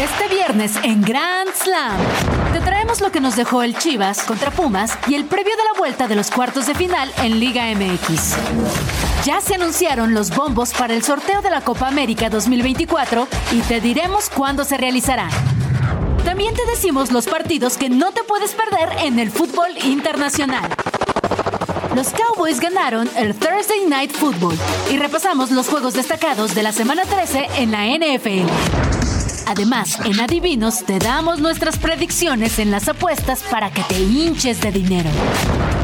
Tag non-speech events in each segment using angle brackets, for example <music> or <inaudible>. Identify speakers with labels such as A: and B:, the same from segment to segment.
A: Este viernes en Grand Slam te traemos lo que nos dejó el Chivas contra Pumas y el previo de la vuelta de los cuartos de final en Liga MX. Ya se anunciaron los bombos para el sorteo de la Copa América 2024 y te diremos cuándo se realizará. También te decimos los partidos que no te puedes perder en el fútbol internacional. Los Cowboys ganaron el Thursday Night Football y repasamos los juegos destacados de la semana 13 en la NFL. Además, en Adivinos te damos nuestras predicciones en las apuestas para que te hinches de dinero.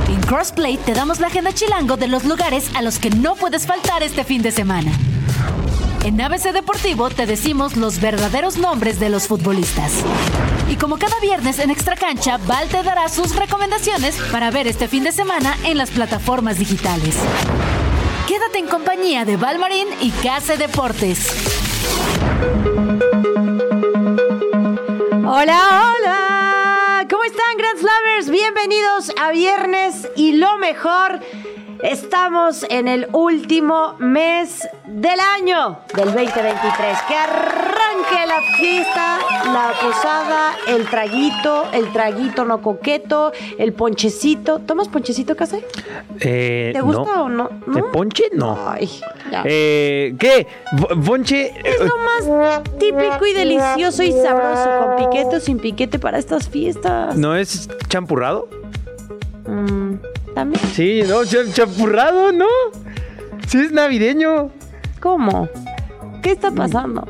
A: En Crossplay te damos la agenda chilango de los lugares a los que no puedes faltar este fin de semana. En ABC Deportivo te decimos los verdaderos nombres de los futbolistas. Y como cada viernes en Extra Cancha, Val te dará sus recomendaciones para ver este fin de semana en las plataformas digitales. Quédate en compañía de Val Marín y Case Deportes.
B: Hola, hola. ¿Cómo están, Grand Slavers? Bienvenidos a Viernes y lo mejor. Estamos en el último mes del año del 2023. Que arranque la fiesta, la posada, el traguito, el traguito no coqueto, el ponchecito. ¿Tomas ponchecito, Case?
C: Eh,
B: ¿Te gusta
C: no.
B: o no?
C: ¿De
B: ¿No?
C: ponche? No.
B: Ay, ya.
C: Eh, ¿Qué? Bo- ¿Ponche?
B: Es
C: eh,
B: lo más típico y delicioso y sabroso, con piquete o sin piquete para estas fiestas.
C: ¿No es champurrado?
B: Mm, También.
C: Sí, no, cha- champurrado, ¿no? Sí, es navideño.
B: ¿Cómo? ¿Qué está pasando?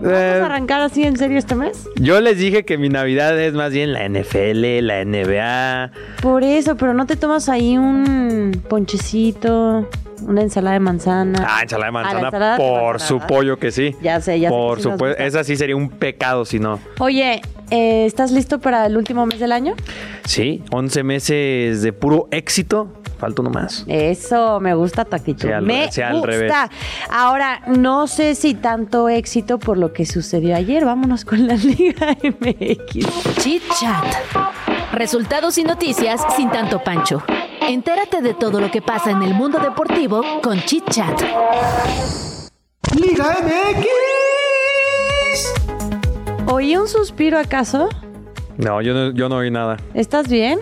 B: ¿Vamos
C: Eh,
B: a arrancar así en serio este mes?
C: yo les dije que mi Navidad es más bien la NFL, la
B: Ah,
C: NBA.
B: Por eso, pero no te tomas ahí un ponchecito, una ensalada de manzana.
C: Ah, ensalada de manzana,
B: ensalada de
C: por
B: manzana,
C: su
B: ¿verdad?
C: pollo que sí.
B: Ya sé, ya sé
C: Por
B: que sí nos
C: supuesto,
B: gusta.
C: esa sí sería un pecado si no.
B: Oye, eh, ¿estás listo para el último mes del año?
C: Sí, 11 meses de puro éxito. Falta uno más.
B: Eso, me gusta tu actitud.
C: Sí, al
B: me
C: revés, sí, al
B: gusta.
C: revés.
B: Ahora, no sé si tanto éxito por lo que sucedió ayer. Vámonos con la <laughs> Liga MX.
A: Chit Chat. Resultados y noticias sin tanto pancho. Entérate de todo lo que pasa en el mundo deportivo con Chit Chat.
D: Liga MX.
B: ¿Oí un suspiro acaso?
C: No, yo no, yo no oí nada.
B: ¿Estás bien?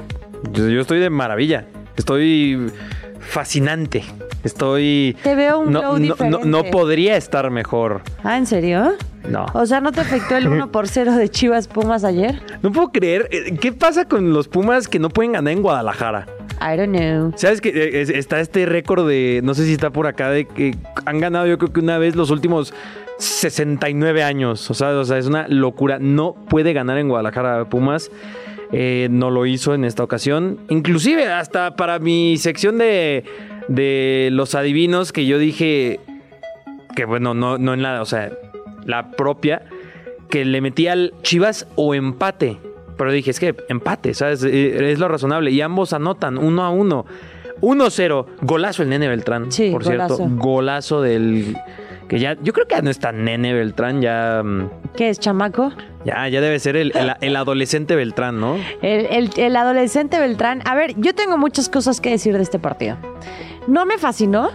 C: Yo, yo estoy de maravilla. Estoy fascinante. Estoy.
B: Te veo un
C: no,
B: glow
C: no- no-
B: diferente.
C: no podría estar mejor.
B: Ah, ¿en serio?
C: No.
B: O sea, ¿no te afectó el 1 por 0 de Chivas Pumas ayer?
C: No puedo creer. eh, ¿Qué pasa con los Pumas que no pueden ganar en Guadalajara?
B: I don't know.
C: ¿Sabes que eh, es- está este récord de. No sé si está por acá, de que han ganado, yo creo que una vez los últimos 69 años. O sea, o sea es una locura. No puede ganar en Guadalajara Pumas. Eh, no lo hizo en esta ocasión. Inclusive hasta para mi sección de, de los adivinos que yo dije que bueno, no, no en la, o sea, la propia, que le metí al Chivas o empate. Pero dije, es que empate, ¿sabes? Eh, Es lo razonable. Y ambos anotan, uno a uno. 1-0, golazo el Nene Beltrán.
B: Sí,
C: por
B: golazo.
C: cierto, golazo del. Que ya, yo creo que ya no está Nene Beltrán, ya. mm,
B: ¿Qué es, chamaco?
C: Ya, ya debe ser el, el- el adolescente Beltrán, ¿no?
B: El, el- el adolescente Beltrán. A ver, yo tengo muchas cosas que decir de este partido. No me fascinó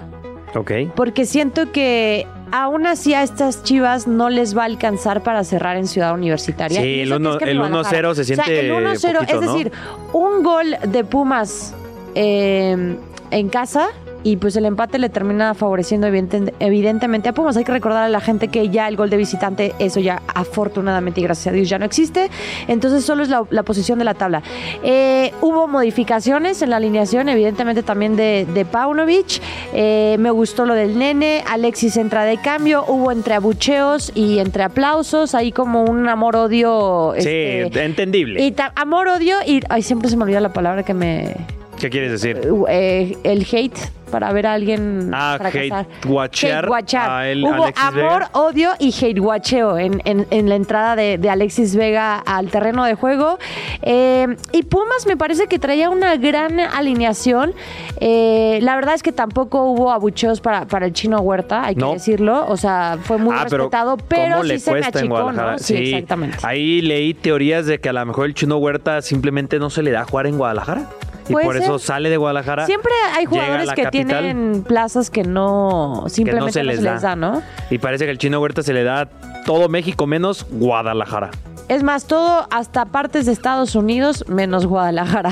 C: Ok.
B: porque siento que aún así a estas Chivas no les va a alcanzar para cerrar en Ciudad Universitaria.
C: Sí,
B: Y eso
C: el uno-
B: que me
C: el
B: van a dejar.
C: 1-0 se
B: O sea,
C: siente
B: el 1-0,
C: poquito,
B: es
C: ¿no?
B: decir, un gol de Pumas eh, en casa y pues el empate le termina favoreciendo evidente- evidentemente a Pumas. Hay que recordar a la gente que ya el gol de visitante, eso ya afortunadamente y gracias a Dios ya no existe. Entonces solo es la, la posición de la tabla. Eh, hubo modificaciones en la alineación, evidentemente también de, de Paunovic. Eh, me gustó lo del nene. Alexis entra de cambio. Hubo entre abucheos y entre aplausos. Ahí como un amor-odio.
C: Sí,
B: este,
C: entendible.
B: y ta- amor, odio y. Ay, siempre se me olvida la palabra que me.
C: ¿Qué quieres decir?
B: eh, el hate para ver a alguien
C: Ah,
B: fracasar.
C: hate watchear
B: Hate watchear.
C: a él,
B: Hubo
C: Alexis
B: amor,
C: Vega.
B: odio y hate watcheo en, en- en la entrada de, de Alexis Vega al terreno de juego. Eh, y Pumas me parece que traía una gran alineación. Eh, la verdad es que tampoco hubo abucheos para, para el chino Huerta, hay que
C: No.
B: decirlo. O sea, fue muy respetado, pero,
C: Ah, ¿cómo
B: sí
C: le
B: se me
C: cuesta en
B: achicó,
C: Guadalajara?
B: ¿no? Sí, exactamente.
C: Ahí leí teorías de que a lo mejor el chino Huerta simplemente no se le da a jugar en Guadalajara. Y
B: Puede
C: por eso
B: ser.
C: sale de Guadalajara.
B: Siempre hay
C: llega a
B: jugadores
C: la
B: que
C: capital.
B: tienen plazas que no
C: que
B: simplemente
C: no se, les, da.
B: ¿no?
C: Y parece que el chino Huerta se le da a todo México menos Guadalajara.
B: Es más, todo hasta partes de Estados Unidos, menos Guadalajara.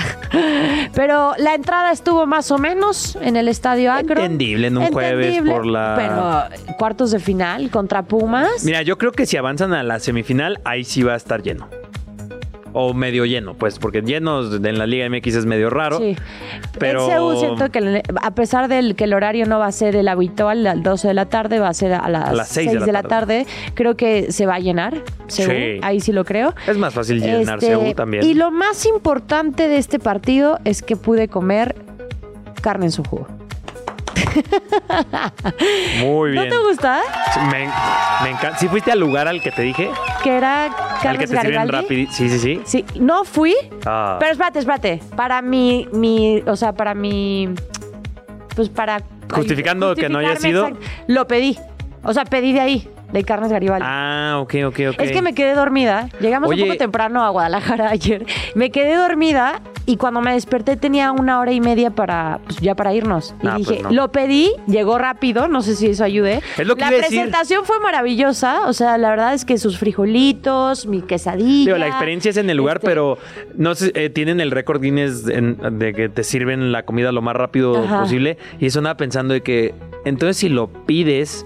B: <laughs> Pero la entrada estuvo más o menos en el Estadio Akron.
C: Entendible en un jueves por la-
B: Ah, Pero cuartos de final contra Pumas.
C: Mira, yo creo que si avanzan a la semifinal, ahí sí va a estar lleno. O medio lleno, pues, porque llenos en la Liga MX es medio raro.
B: Sí.
C: pero-
B: En CU siento que le- a pesar del que el horario no va a ser el habitual, a las 12 de la tarde, va a ser a las,
C: A las
B: 6 de, la tarde. Creo que se va a llenar, CU,
C: Sí.
B: ahí sí lo creo.
C: Es más fácil llenarse
B: Este,
C: aún también.
B: Y lo más importante de este partido es que pude comer carne en su jugo.
C: Muy
B: ¿No
C: bien.
B: te gusta?
C: Sí, Me, me encanta. ¿Sí fuiste al lugar al que te dije?
B: Que era
C: al que
B: Carlos
C: te sirven
B: Garibaldi.
C: rápido. Sí, sí, sí.
B: Sí, no fui,
C: Ah.
B: pero espérate, espérate. Para mi, mi, o sea, para mi, pues para
C: Justificando que no haya
B: justificarme,
C: sido.
B: exacto, Lo pedí, o sea, pedí de ahí, de Carnes Garibaldi.
C: ah, ok, ok, ok.
B: Es que me quedé dormida. Llegamos
C: Oye.
B: un poco temprano a Guadalajara <laughs> ayer. Me quedé dormida y cuando me desperté tenía una hora y media para pues, ya para irnos. Y
C: Ah, pues
B: dije,
C: no.
B: lo pedí, llegó rápido, no sé si eso ayude.
C: Es lo que
B: la
C: iba a decir.
B: presentación fue maravillosa, o sea, la verdad es que sus frijolitos, mi quesadilla.
C: Digo, la experiencia es en el lugar,
B: este,
C: pero no sé, eh, tienen el récord Guinness en- de que te sirven la comida lo más rápido
B: Ajá.
C: posible. Y eso nada pensando de que, entonces si lo pides,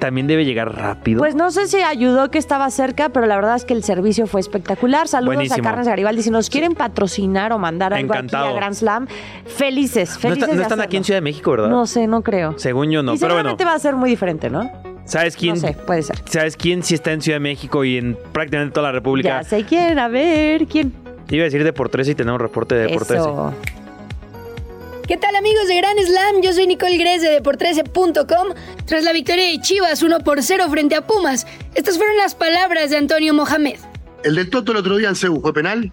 C: también debe llegar rápido.
B: Pues no sé si ayudó que estaba cerca, pero la verdad es que el servicio fue espectacular. Saludos
C: Buenísimo.
B: a Carnes Garibaldi. Si nos quieren patrocinar o mandar algo
C: Encantado.
B: aquí a Grand Slam, felices, felices.
C: no, está- no
B: de
C: están aquí en
B: hacerlo.
C: Ciudad de México, ¿verdad?
B: No sé, no creo.
C: Según yo no,
B: y
C: pero bueno.
B: seguramente va a ser muy diferente, ¿no?
C: ¿Sabes quién?
B: No sé, puede ser.
C: ¿Sabes quién sí está en Ciudad de México y en prácticamente toda la
B: Ya
C: República?
B: sé quién, a ver, quién.
C: Iba a decir Deportes y tenemos reporte de Deportes.
B: Eso.
E: ¿Qué tal amigos de Gran Slam? Yo soy Nicole Grez de Deportrece.com. Tras la victoria de Chivas 1 por 0 frente a Pumas, estas fueron las palabras de Antonio Mohamed.
F: El del Toto el otro día en Seúl fue penal.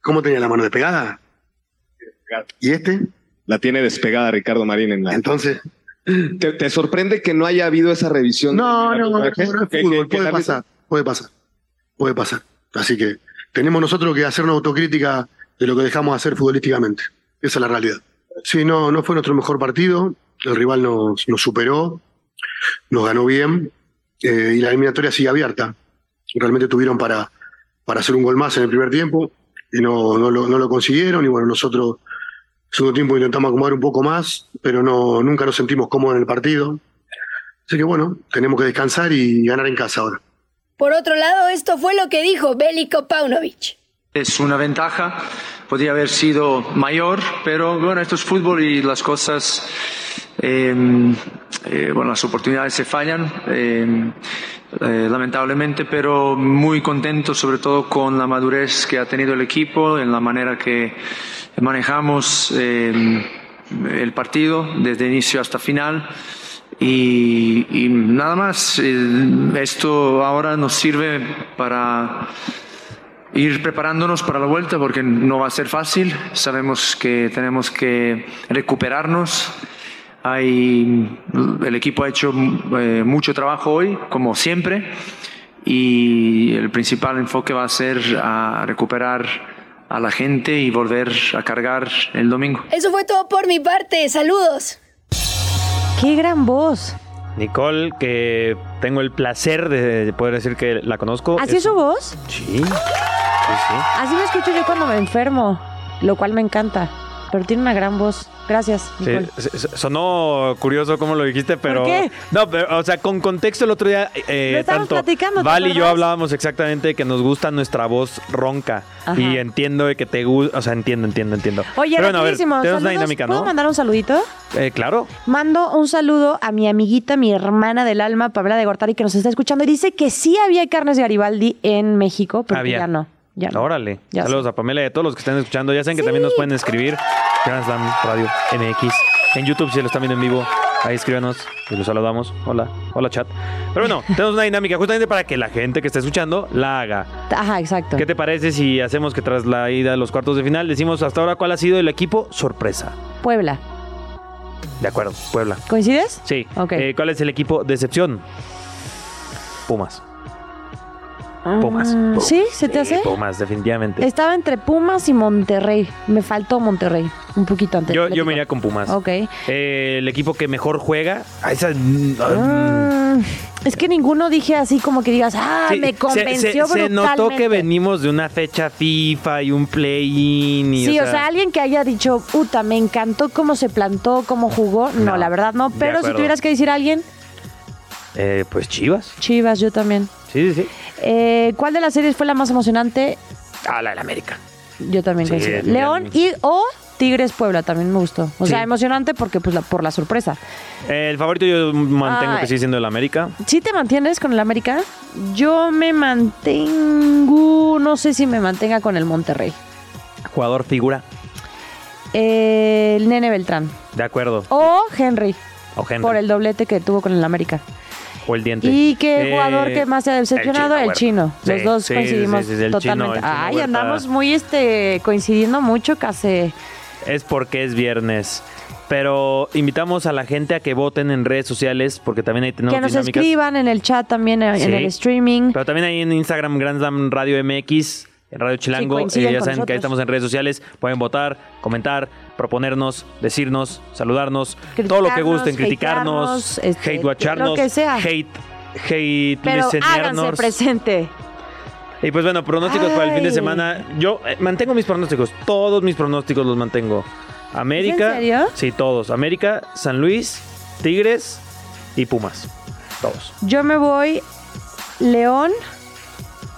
F: ¿Cómo tenía la mano despegada? ¿Y este?
G: La tiene despegada Ricardo Marín en la.
F: Entonces,
G: ¿Te, te sorprende que no haya habido esa revisión?
F: no, no, no, no es
G: ¿Qué-
F: fútbol,
G: qué- qué-
F: puede
G: qué-
F: pasar, puede pasar, puede pasar. Así que tenemos nosotros que hacer una autocrítica de lo que dejamos de hacer futbolísticamente. Esa es la realidad. Sí, no, no fue nuestro mejor partido, el rival nos, nos superó, nos ganó bien eh, y la eliminatoria sigue abierta. Realmente tuvieron para, para hacer un gol más en el primer tiempo y no, no, lo, no lo consiguieron y bueno, nosotros segundo tiempo intentamos acomodar un poco más, pero no, nunca nos sentimos cómodos en el partido. Así que bueno, tenemos que descansar y ganar en casa ahora.
E: Por otro lado, esto fue lo que dijo Bélico Paunovic.
H: Es una ventaja, podría haber sido mayor, pero bueno, esto es fútbol y las cosas, eh, eh, bueno, las oportunidades se fallan, eh, eh, lamentablemente, pero muy contento sobre todo con la madurez que ha tenido el equipo, en la manera que manejamos eh, el partido desde inicio hasta final. Y, y nada más, eh, esto ahora nos sirve para ir preparándonos para la vuelta porque no va a ser fácil. Sabemos que tenemos que recuperarnos. Hay, el equipo ha hecho eh, mucho trabajo hoy, como siempre, y el principal enfoque va a ser a recuperar a la gente y volver a cargar el domingo.
E: Eso fue todo por mi parte, saludos.
B: Qué gran voz.
C: Nicole, que tengo el placer de poder decir que la conozco.
B: ¿Así es su voz?
C: Sí. Sí, sí.
B: Así me escucho yo cuando me enfermo, lo cual me encanta. Pero tiene una gran voz. Gracias, Nicole.
C: Sí, s- s- sonó curioso como lo dijiste, pero.
B: qué?
C: No, pero, o sea, con contexto, el otro día, eh,
B: Lo estábamos
C: tanto
B: platicando, ¿te
C: Val y yo
B: acuerdas?
C: hablábamos exactamente de que nos gusta nuestra voz ronca.
B: Ajá.
C: Y entiendo de que te gusta. O sea, entiendo, entiendo, entiendo.
B: Oye,
C: pero bueno, a ver,
B: rapidísimo,
C: tenemos una
B: saludos.
C: dinámica, ¿no?
B: ¿Puedo mandar un saludito?
C: Eh, claro.
B: Mando un saludo a mi amiguita, mi hermana del alma, Pamela de Gortari, que nos está escuchando y dice que sí había carnes Garibaldi en México, pero que
C: Había.
B: ya no. Ya no.
C: Órale.
B: Ya
C: Saludos a Pamela y a todos los que están escuchando. Ya saben que también nos pueden escribir Grand Slam Radio MX. En YouTube, si lo están viendo en vivo, ahí escríbanos y los saludamos. Hola, hola chat. Pero
B: <laughs>
C: bueno, tenemos una dinámica justamente para que la gente que está escuchando la haga.
B: Ajá, exacto.
C: ¿Qué te parece si hacemos que tras la ida a los cuartos de final decimos hasta ahora cuál ha sido el equipo sorpresa?
B: Puebla.
C: De acuerdo, Puebla.
B: ¿Coincides?
C: Sí.
B: Ok.
C: Eh, ¿Cuál es el equipo decepción? Pumas. Pumas.
B: Ah, ¿Sí? ¿Se te hace?
C: Pumas, definitivamente.
B: Estaba entre Pumas y Monterrey. Me faltó Monterrey un poquito antes.
C: Yo,
B: del
C: yo me iría
B: Atlético.
C: con Pumas.
B: Ok.
C: Eh, el equipo que mejor juega. A esa, mm, mm,
B: Ah, es que ninguno dije así como que digas, ah,
C: sí,
B: me
C: se-
B: convenció
C: se, se notó
B: brutalmente".
C: que venimos de una fecha FIFA y un play-in. y,
B: Sí, o sea, alguien que haya dicho, puta, me encantó cómo se plantó, cómo jugó. No,
C: No,
B: la verdad no.
C: de
B: Pero si
C: acuerdo.
B: tuvieras que decir a alguien,
C: eh, pues Chivas.
B: Chivas, yo también.
C: Sí, sí, sí.
B: Eh, ¿Cuál de las series fue la más emocionante?
C: A la del América.
B: Yo también
C: Sí,
B: coincido.
C: bien.
B: León y o Tigres Puebla también me gustó. O sea,
C: Sí.
B: emocionante porque pues la- por la sorpresa.
C: Eh, el favorito yo mantengo que
B: Ay.
C: sigue siendo el América.
B: ¿Sí te mantienes con el América? Yo me mantengo, no sé si me mantenga con el Monterrey.
C: Jugador figura.
B: Eh, el Nene Beltrán.
C: De acuerdo.
B: O Henry,
C: O Henry.
B: Oh, por el doblete que tuvo con el América.
C: O el diente.
B: ¿Y qué
C: Eh,
B: jugador que más se ha decepcionado? El
C: Huerta.
B: chino.
C: Sí,
B: Los dos
C: sí,
B: coincidimos
C: sí, sí, el chino,
B: totalmente.
C: el chino
B: Ay,
C: Huerta.
B: andamos muy este coincidiendo mucho casi.
C: Es porque es viernes. Pero invitamos a la gente a que voten en redes sociales porque también ahí tenemos
B: que nos
C: dinámicas.
B: escriban en el chat también, eh, en
C: Sí.
B: el streaming.
C: Pero también ahí en Instagram, Grand Slam Radio MX, en Radio Chilango.
B: coinciden
C: eh, ya
B: con
C: saben que
B: nosotros.
C: ahí estamos en redes sociales. Pueden votar, comentar, proponernos, decirnos, saludarnos, todo lo que
B: Criticarnos,
C: gusten, criticarnos,
B: hatearnos, este,
C: hate watcharnos,
B: lo que sea.
C: hate, hate
B: Pero háganse
C: listenearnos.
B: presente.
C: Y pues bueno, pronósticos para el fin de
B: Ay.
C: semana. Yo eh, mantengo mis pronósticos, todos mis pronósticos los mantengo. América.
B: ¿Es en serio?
C: Sí, todos. América, San Luis, Tigres y Pumas. Todos.
B: Yo me voy León,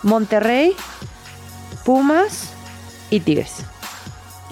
B: Monterrey, Pumas y Tigres.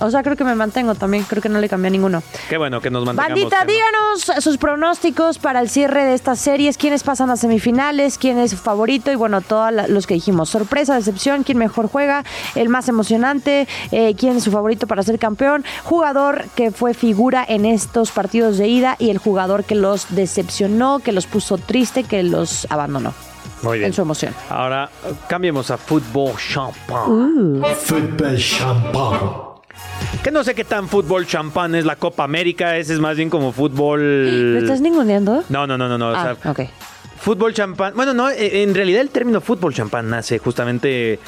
B: O sea, creo que me mantengo también. Creo que no le cambié a ninguno.
C: Qué bueno que nos mantengamos.
B: Bandita,
C: que no-
B: díganos sus pronósticos para el cierre de estas series. ¿Quiénes pasan a semifinales? ¿Quién es su favorito? Y bueno, todos los que dijimos. Sorpresa, decepción, quién mejor juega, el más emocionante, eh, quién es su favorito para ser campeón, jugador que fue figura en estos partidos de ida y el jugador que los decepcionó, que los puso triste, que los abandonó
C: Muy bien.
B: en su emoción.
C: Ahora eh, cambiemos a fútbol champán.
B: Uh.
D: Football champagne.
C: Que no sé qué tan fútbol champán es la Copa América. Ese es más bien como fútbol.
B: ¿Lo estás ninguneando?
C: No, no, no, no. no. o
B: Ah,
C: sea,
B: ok.
C: Fútbol champán. Bueno, no, eh, en realidad el término fútbol champán nace justamente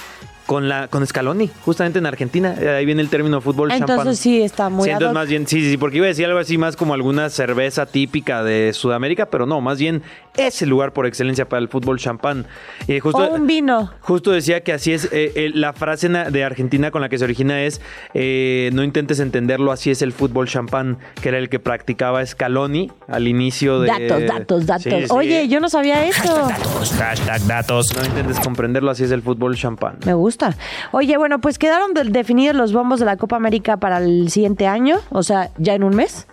C: con la con Scaloni, justamente en Argentina. Eh, Ahí viene el término fútbol champán.
B: Entonces sí está muy
C: Sí,
B: ad
C: entonces
B: hoc.
C: más bien, sí, sí, sí, porque iba a decir algo así más como alguna cerveza típica de Sudamérica, pero no, más bien es el lugar por excelencia para el fútbol champán. Eh, justo,
B: O un vino.
C: Justo decía que así es, eh, eh, la frase na- de Argentina con la que se origina es, eh, no intentes entenderlo, así es el fútbol champán, que era el que practicaba Scaloni al inicio de...
B: Datos, datos, datos.
C: Sí, sí.
B: Oye, yo no
C: <laughs>
B: sabía eso.
C: Hashtag datos. No intentes comprenderlo, así es el fútbol champán.
B: Me gusta. Oye, bueno, pues quedaron de- definidos los bombos de la Copa América para el siguiente año, o sea, ya en un mes.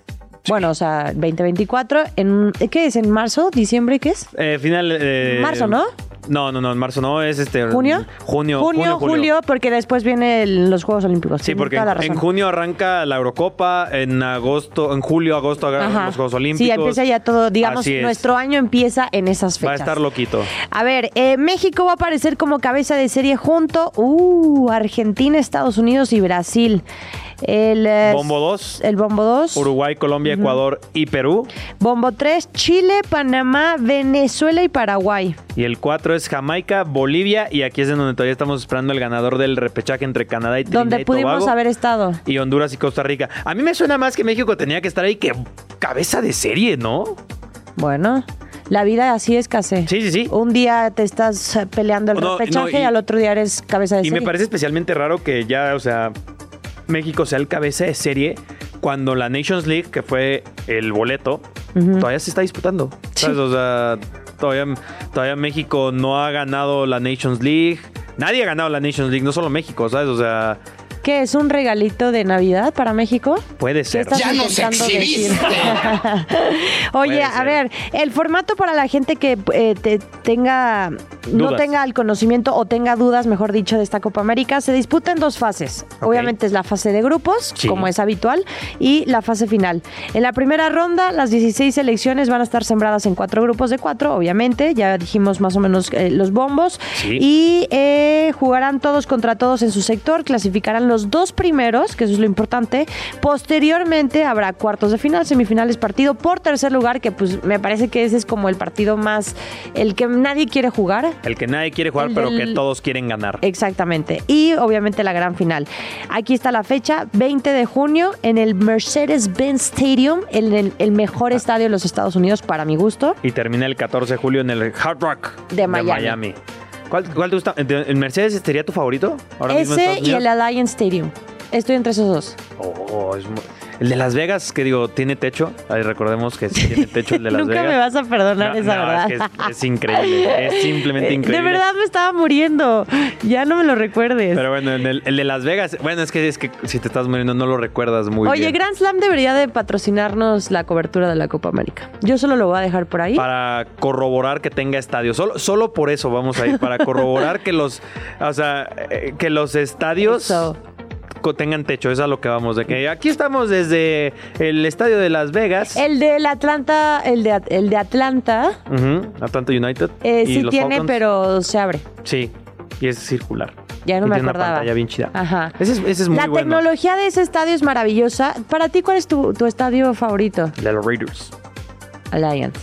B: Bueno, o sea, 2024, en un- ¿qué es? ¿En marzo? ¿Diciembre? ¿Qué es?
C: Eh, final... eh,
B: Marzo, ¿no?
C: No, no, no, en marzo no, es este...
B: ¿Junio?
C: Junio,
B: Junio, julio, porque después vienen los Juegos Olímpicos.
C: Sí,
B: Tienes
C: porque
B: toda
C: en,
B: la razón.
C: en junio arranca la Eurocopa, en agosto, en julio, agosto agarran
B: Ajá.
C: los Juegos Olímpicos.
B: Sí, empieza ya todo, digamos,
C: Así es.
B: nuestro año empieza en esas
C: Va a
B: fechas.
C: estar loquito.
B: A ver, eh, México va a aparecer como cabeza de serie junto, uh, Argentina, Estados Unidos y Brasil. El, eh,
C: Bombo 2,
B: El bombo 2.
C: Uruguay, Colombia, Ecuador y Perú.
B: Bombo 3, Chile, Panamá, Venezuela y Paraguay.
C: Y el 4 es Jamaica, Bolivia. Y aquí es en donde todavía estamos esperando el ganador del repechaje entre Canadá y Trinidad
B: Donde
C: y
B: pudimos
C: Tobago.
B: haber estado.
C: Y Honduras y Costa Rica. A mí me suena más que México tenía que estar ahí que cabeza de serie, ¿no?
B: Bueno, la vida así es, Case.
C: Sí, sí, sí.
B: Un día te estás eh, peleando el
C: No, no,
B: repechaje
C: y-
B: y, al otro día eres cabeza de
C: Y
B: serie.
C: me parece especialmente raro que ya, o sea, México sea el cabeza de serie cuando la Nations League, que fue el boleto, todavía se está disputando. ¿Sabes? O sea, todavía, todavía México no ha ganado la Nations League. Nadie ha ganado la Nations League, no solo México, ¿sabes? O sea,
B: ¿Qué es un regalito de Navidad para México?
C: Puede
B: ¿Qué
C: ser.
B: estás
I: ¡Ya nos
B: intentando decir?
I: exhibiste!
B: <laughs> Oye,
C: Puede
B: a
C: ser.
B: ver, el formato para la gente que eh, te- tenga no
C: Dudas.
B: tenga el conocimiento o tenga dudas, mejor dicho, de esta Copa América, se disputa en dos fases.
C: Ok.
B: Obviamente es la fase de grupos,
C: Sí.
B: como es habitual, y la fase final. En la primera ronda, las 16 selecciones van a estar sembradas en cuatro grupos de cuatro, obviamente. Ya dijimos más o menos eh, los bombos.
C: Sí.
B: Y eh, jugarán todos contra todos en su sector, clasificarán los dos primeros, que eso es lo importante. Posteriormente habrá cuartos de final, semifinales, partido por tercer lugar, que pues me parece que ese es como el partido más, el que nadie quiere jugar,
C: El que nadie quiere jugar,
B: El
C: pero
B: del-
C: que todos quieren ganar.
B: Exactamente. Y obviamente la gran final. Aquí está la fecha, 20 de junio, en el Mercedes-Benz Stadium, en el, el mejor estadio de los Estados Unidos, para mi gusto.
C: Y termina el 14 de julio en el Hard Rock
B: De Miami.
C: ¿Cuál, cuál te gusta? ¿El de- el Mercedes sería tu favorito? Ahora mismo en
B: Ese
C: Estados
B: y el
C: Unidos?
B: Alliance Stadium. Estoy entre esos dos.
C: Oh, es mu- el de Las Vegas, que digo, tiene techo. Ahí recordemos que sí tiene
B: <laughs>
C: techo el de Las
B: Nunca
C: Vegas.
B: me vas a perdonar
C: No,
B: esa
C: no,
B: verdad.
C: Es, que es- es increíble. Es simplemente increíble.
B: <laughs> De verdad me estaba muriendo. Ya no me lo recuerdes.
C: Pero bueno, en el, el de Las Vegas, bueno, es que es que si te estás muriendo no lo recuerdas muy
B: Oye,
C: bien.
B: Grand Slam debería de patrocinarnos la cobertura de la Copa América. Yo solo lo voy a dejar por ahí.
C: Para corroborar que tenga estadios. Solo, solo por eso vamos a ir, para corroborar que los, o sea, eh, que los estadios
B: Eso.
C: co- tengan techo. Es a lo que vamos. De que aquí estamos desde el estadio de Las Vegas.
B: El del Atlanta, el de, el de Atlanta,
C: Ujú, Atlanta United.
B: Eh,
C: y
B: sí
C: los
B: tiene,
C: Falcons.
B: pero se abre.
C: Sí. Y es circular.
B: Ya no
C: y
B: me
C: tiene
B: acordaba.
C: una pantalla bien chida.
B: Ajá.
C: Ese es, ese es muy
B: La
C: bueno.
B: tecnología de ese estadio es maravillosa. Para ti, ¿cuál es tu, tu estadio favorito?
C: De los Raiders.
B: Alliance.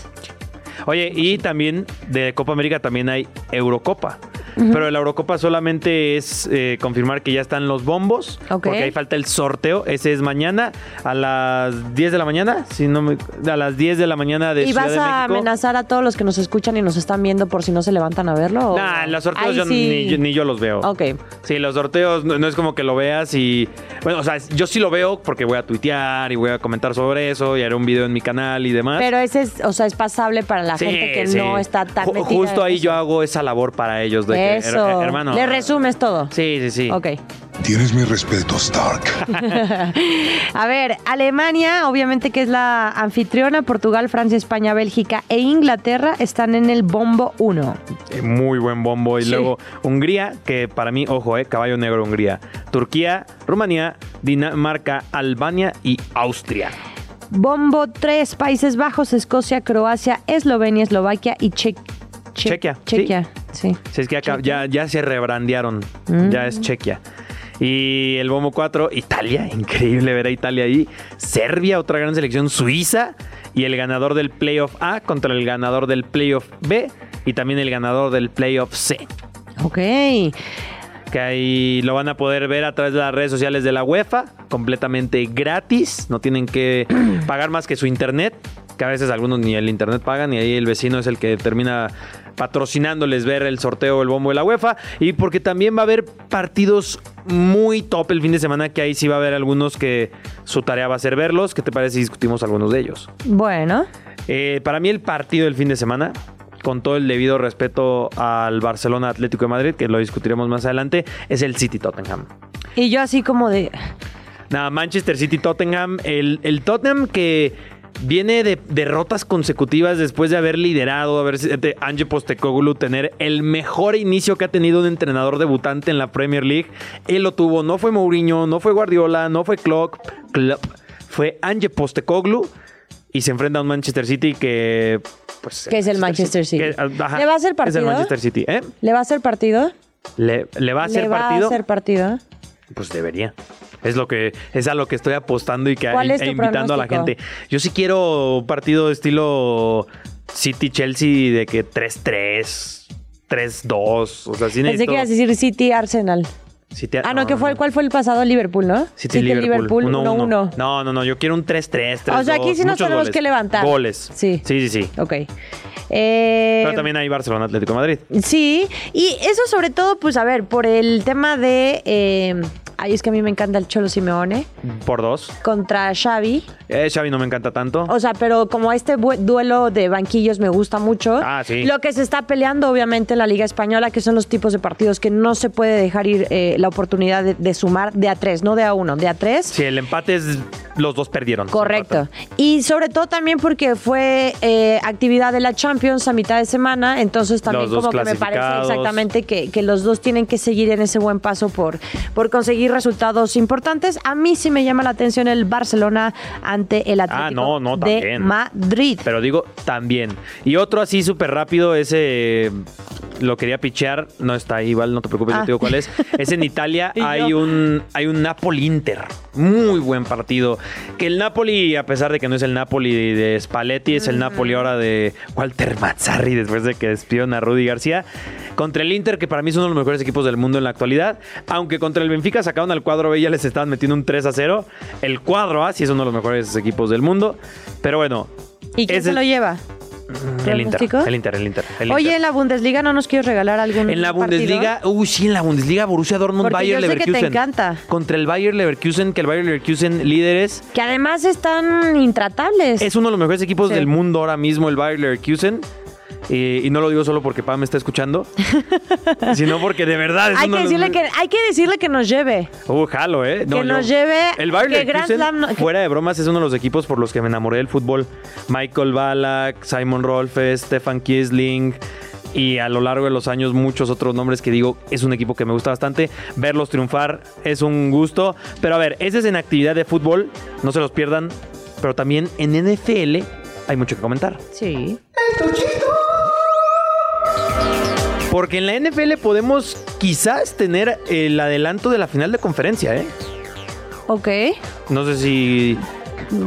C: Oye, y también de Copa América también hay Eurocopa. Pero la Eurocopa solamente es eh, confirmar que ya están los bombos.
B: Ok.
C: Porque ahí falta el sorteo. Ese es mañana a las 10 de la mañana. Si no me- a las 10 de la mañana de
B: ¿Y
C: Ciudad
B: vas
C: de
B: a
C: México.
B: amenazar a todos los que nos escuchan y nos están viendo por si no se levantan a verlo? o-
C: Nah, los sorteos
B: Ahí
C: yo
B: sí.
C: ni, yo- ni yo los veo.
B: Ok.
C: Sí, los sorteos no, no es como que lo veas y. Bueno, o sea, yo sí lo veo porque voy a tuitear y voy a comentar sobre eso y haré un video en mi canal y demás.
B: Pero ese es, o sea, es pasable para la
C: ¿Ah? Sí,
B: gente que
C: sí.
B: no está tan
C: Ju-
B: metida.
C: Justo
B: en
C: ahí
B: eso.
C: yo hago esa labor para ellos. De que, her-
B: Eso.
C: hermano.
B: Le resumes todo.
C: Sí, sí, sí.
B: Ok.
D: Tienes mi respeto, Stark.
B: <laughs> A ver, Alemania, obviamente que es la anfitriona, Portugal, Francia, España, Bélgica e Inglaterra están en el bombo 1.
C: Eh, Muy buen bombo. Y luego Hungría, que para mí, ojo, eh, caballo negro Hungría. Turquía, Rumanía, Dinamarca, Albania y Austria.
B: Bombo 3, Países Bajos, Escocia, Croacia, Eslovenia, Eslovaquia y Che- Che-
C: Chequia, sí.
B: Chequia, sí.
C: Si es que acá- ya, ya se rebrandearon. Ya es Chequia. Y el bombo 4, Italia. Increíble ver a Italia ahí. Serbia, otra gran selección. Suiza. Y el ganador del playoff A contra el ganador del playoff B. Y también el ganador del playoff C.
B: Ok.
C: que ahí lo van a poder ver a través de las redes sociales de la UEFA, completamente gratis, no tienen que pagar más que su internet, que a veces algunos ni el internet pagan y ahí el vecino es el que termina patrocinándoles ver el sorteo, el bombo de la UEFA, y porque también va a haber partidos muy top el fin de semana, que ahí sí va a haber algunos que su tarea va a ser verlos, ¿qué te parece si discutimos algunos de ellos?
B: Bueno,
C: Eh, para mí el partido del fin de semana, con todo el debido respeto al Barcelona Atlético de Madrid, que lo discutiremos más adelante, es el City Tottenham.
B: y yo así como de...
C: Nada, Manchester City Tottenham, el, el Tottenham que viene de derrotas consecutivas después de haber liderado, haber de Ange Postecoglou tener el mejor inicio que ha tenido un entrenador debutante en la Premier League. Él lo tuvo, no fue Mourinho, no fue Guardiola, no fue Klopp, Klopp, fue Ange Postecoglou y se enfrenta a un Manchester City que pues
B: Que es el Manchester City.
C: que- ajá,
B: ¿Le va a hacer
C: Es el
B: partido?
C: Manchester City, ¿eh?
B: ¿Le va a hacer partido?
C: Le, le va a hacer
B: ¿Le va
C: partido.
B: a hacer partido?
C: Pues debería. Es lo que es a lo que estoy apostando y que
B: ¿Cuál
C: e-
B: es
C: e
B: tu
C: invitando a la gente.
B: pronóstico?
C: Yo sí quiero un partido estilo City Chelsea de que 3-3, 3-2, o sea,
B: Pensé
C: sí
B: que
C: necesito-
B: ibas a decir City Arsenal.
C: City-
B: Ah, no, que fue el cuál fue el pasado Liverpool, ¿no?
C: City Liverpool 1-1.
B: 1-1.
C: No, no, no, yo quiero un 3-3, 3-2.
B: O sea, aquí sí nos
C: muchos
B: tenemos
C: goles.
B: que levantar.
C: Goles.
B: Sí.
C: Sí, sí, sí.
B: Ok. Eh,
C: Pero también hay Barcelona Atlético de Madrid.
B: Sí, y eso sobre todo, pues a ver, por el tema de eh, Ay, es que a mí me encanta el Cholo Simeone
C: Por dos.
B: contra Xavi.
C: Eh, Xavi no me encanta tanto.
B: O sea, pero como este bu- duelo de banquillos me gusta mucho.
C: Ah, sí.
B: Lo que se está peleando, obviamente, en la Liga Española, que son los tipos de partidos que no se puede dejar ir eh, la oportunidad de, de sumar de a tres, no de a uno, de a tres.
C: Si el empate es. Los dos perdieron.
B: Correcto. Y sobre todo también porque fue eh, actividad de la Champions a mitad de semana, entonces también
C: Los dos
B: como que me parece
C: clasificados.
B: exactamente que, que los dos tienen que seguir en ese buen paso por, por conseguir resultados importantes. A mí sí me llama la atención el Barcelona ante el Atlético
C: Ah, no, no,
B: de
C: también.
B: Madrid.
C: Pero digo, también. Y otro así súper rápido, ese. Lo quería pichear, no está ahí, Val, no te preocupes, yo
B: Ah.
C: te digo
B: <laughs>
C: cuál es. Es en Italia,
B: Y
C: hay
B: yo.
C: un, hay un Napoli-Inter. Muy buen partido. Que el Napoli, a pesar de que no es el Napoli de, de Spalletti, es el Napoli ahora de Walter Mazzarri, después de que despidieron a Rudy García. Contra el Inter, que para mí es uno de los mejores equipos del mundo en la actualidad. Aunque contra el Benfica sacaron al cuadro B y ya les estaban metiendo un 3 a 0. El cuadro A sí es uno de los mejores equipos del mundo. Pero bueno,
B: ¿Y quién
C: ese-
B: se lo lleva?
C: el Inter,
B: ¿Pronóstico?
C: el Inter, el Inter, el
B: Oye, en
C: Inter.
B: la Bundesliga no nos quieres regalar algún
C: en la
B: partido?
C: Bundesliga, uy, sí, en la Bundesliga, Borussia Dortmund,
B: Porque yo
C: Bayer
B: sé que te
C: Leverkusen.
B: encanta.
C: Contra el Bayer Leverkusen, que el Bayer Leverkusen líderes.
B: Que además están intratables.
C: Es uno de los mejores equipos
B: Sí.
C: del mundo ahora mismo, el Bayer Leverkusen. Eh, y no lo digo solo porque Pam me
B: <laughs>
C: está escuchando, sino porque de verdad es
B: hay,
C: uno
B: que
C: de los
B: decirle que,
C: me-
B: hay que decirle que nos lleve.
C: Uh, jalo, ¿eh?
B: que nos <laughs> lleve-
C: El Bayer
B: que Grand
C: Leverkusen,
B: Slam no- que-
C: fuera de bromas, es uno de los equipos por los que me enamoré del fútbol. Michael Ballack, Simon Rolfe, Stefan Kiesling. Y a lo largo de los años muchos otros nombres que digo, es un equipo que me gusta bastante. Verlos triunfar es un gusto. Pero a ver, ese es en actividad de fútbol, no se los pierdan. Pero también en NFL hay mucho que comentar.
B: Sí.
C: Porque en la NFL podemos quizás tener el adelanto de la final de conferencia, ¿eh?
B: Ok.
C: No sé si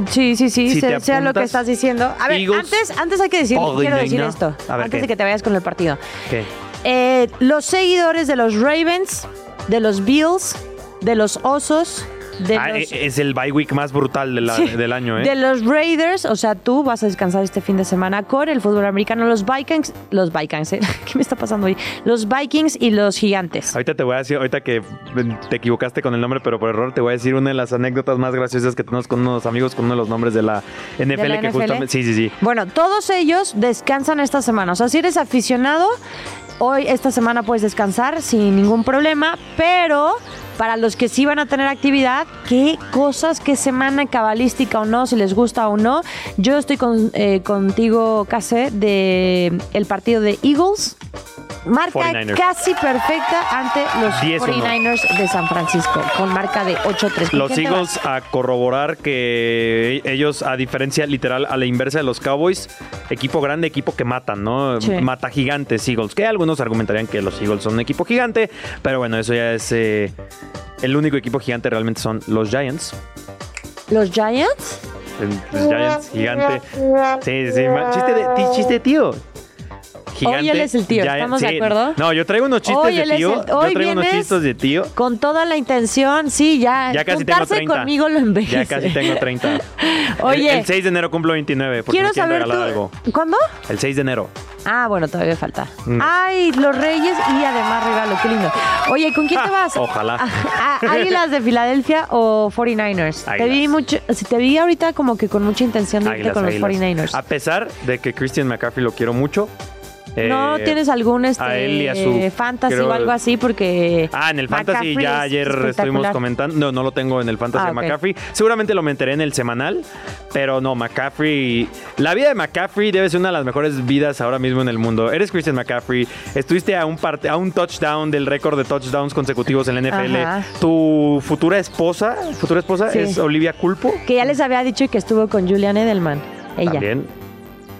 B: Sí, sí, sí,
C: Si
B: sé,
C: te
B: sé a lo que
C: apuntas,
B: estás diciendo. A ver,
C: Eagles,
B: antes, antes hay que decir,
C: todo y
B: quiero decir
C: Neina.
B: esto,
C: A ver,
B: antes
C: ¿qué?
B: de que te vayas con el partido.
C: ¿Qué?
B: Eh, los seguidores de los Ravens, de los Bills, de los Osos, de,
C: Ah,
B: los,
C: e- es el bye week más brutal de la-
B: Sí.
C: del año, ¿eh?
B: de los Raiders, o sea, tú vas a descansar este fin de semana con el fútbol americano, los Vikings, los Vikings, ¿eh? <laughs> ¿qué me está pasando hoy? Los Vikings y los Gigantes.
C: Ahorita te voy a decir, ahorita que te equivocaste con el nombre, pero por error te voy a decir una de las anécdotas más graciosas que tenemos con unos amigos con uno de los nombres de la NFL
B: ¿De la
C: que
B: NFL?
C: justamente. Sí, sí, sí.
B: Bueno, todos ellos descansan esta semana. O sea, si eres aficionado, hoy, esta semana puedes descansar sin ningún problema. Pero para los que sí van a tener actividad, qué cosas, qué semana cabalística o no, si les gusta o no. Yo estoy con- eh, contigo, Case, de el partido de Eagles. Marca
C: 49ers.
B: casi perfecta ante los
C: 10 o no.
B: 49ers de San Francisco, con marca de 8-3. ¿Con
C: Los
B: quién te
C: Eagles a corroborar que ellos, a diferencia literal a la inversa de los Cowboys, equipo grande, equipo que matan, ¿no?
B: Sí.
C: Mata gigantes Eagles, que algunos argumentarían que los Eagles son un equipo gigante, pero bueno, eso ya es... eh, el único equipo gigante realmente son los Giants.
B: vas? ¿Los Giants?
C: Los Giants, gigante. Sí, sí, ma- chiste de, ti- chiste de tío.
B: Hoy él es el tío, ¿estamos de acuerdo?
C: No, yo traigo unos chistes
B: Hoy él
C: de
B: es
C: tío.
B: el-
C: yo
B: hoy
C: traigo unos
B: vienes-
C: chistes de tío.
B: Con toda la intención, sí, ya.
C: Ya casi tengo
B: juntarse
C: 30.
B: conmigo lo envejece. <laughs>
C: Ya casi tengo 30. El-
B: Oye.
C: El, 6 de enero cumplo 29. Porque
B: Quiero
C: me quieren
B: saber tú.
C: regalar algo.
B: ¿Cuándo?
C: El 6 de enero.
B: Ah, bueno, todavía falta.
C: Mm.
B: Ay, los Reyes y además regalo, qué lindo. Oye, ¿con
C: <laughs>
B: quién te
C: Ja,
B: vas? Ah,
C: ojalá.
B: ¿A- a- ¿Águilas de Filadelfia o 49ers? Te vi
C: Águilas.
B: mucho, si te vi ahorita como que con mucha intención de irte
C: Águilas,
B: con los
C: águilas.
B: 49ers.
C: A pesar de que Christian McCaffrey lo quiero mucho. eh,
B: ¿No tienes algún este,
C: a él y a su-
B: fantasy
C: creo-
B: o algo así? Porque
C: Ah, en el fantasy
B: McCaffrey
C: ya
B: es
C: ayer estuvimos
B: espectacular.
C: comentando. No, no lo tengo en el fantasy
B: Ah,
C: de
B: ok.
C: McCaffrey. Seguramente lo meteré en el semanal, pero no, McCaffrey. La vida de McCaffrey debe ser una de las mejores vidas ahora mismo en el mundo. Eres Christian McCaffrey, estuviste a un, parte- a un touchdown del récord de touchdowns consecutivos en la NFL.
B: Ajá.
C: Tu futura esposa, futura esposa
B: Sí.
C: es Olivia Culpo.
B: Que ya les había dicho que estuvo con Julian Edelman. Ella.
C: También.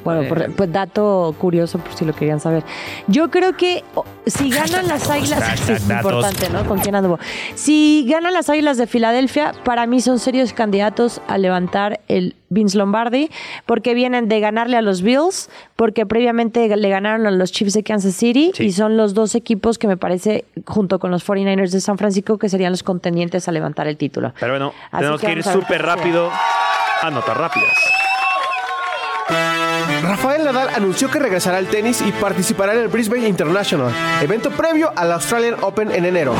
B: Bueno, por- pues dato curioso por si lo querían saber. Yo creo que o- si ganan las águilas, Sí, es <laughs>
C: datos.
B: importante, ¿no? ¿Con quién anduvo? Si ganan las águilas de Filadelfia, para mí son serios candidatos a levantar el Vince Lombardi, porque vienen de ganarle a los Bills, porque previamente le ganaron a los Chiefs de Kansas City,
C: Sí.
B: y son los dos equipos que me parece, junto con los 49ers de San Francisco, que serían los contendientes a levantar el título.
C: Pero bueno,
B: Así
C: tenemos
B: que
C: que ir
B: vamos a ver
C: súper
B: qué sucede.
C: rápido a notas rápidas.
I: Rafael Nadal anunció que regresará al tenis y participará en el Brisbane International, evento previo al Australian Open en enero.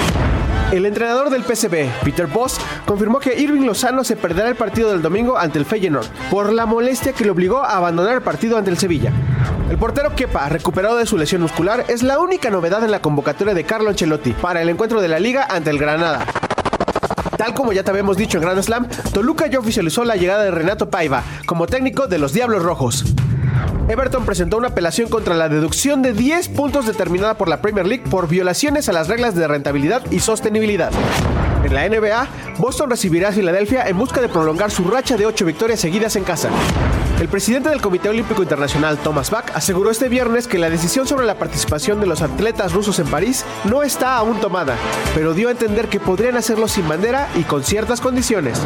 I: El entrenador del PSV, Peter Boss, confirmó que Irving Lozano se perderá el partido del domingo ante el Feyenoord por la molestia que le obligó a abandonar el partido ante el Sevilla. El portero Kepa, recuperado de su lesión muscular, es la única novedad en la convocatoria de Carlo Ancelotti para el encuentro de la Liga ante el Granada. Tal como ya te habíamos dicho en Grand Slam, Toluca ya oficializó la llegada de Renato Paiva como técnico de los Diablos Rojos. Everton presentó una apelación contra la deducción de 10 puntos determinada por la Premier League por violaciones a las reglas de rentabilidad y sostenibilidad. En la NBA, Boston recibirá a Filadelfia en busca de prolongar su racha de 8 victorias seguidas en casa. El presidente del Comité Olímpico Internacional, Thomas Bach, aseguró este viernes que la decisión sobre la participación de los atletas rusos en París no está aún tomada, pero dio a entender que podrían hacerlo sin bandera y con ciertas condiciones.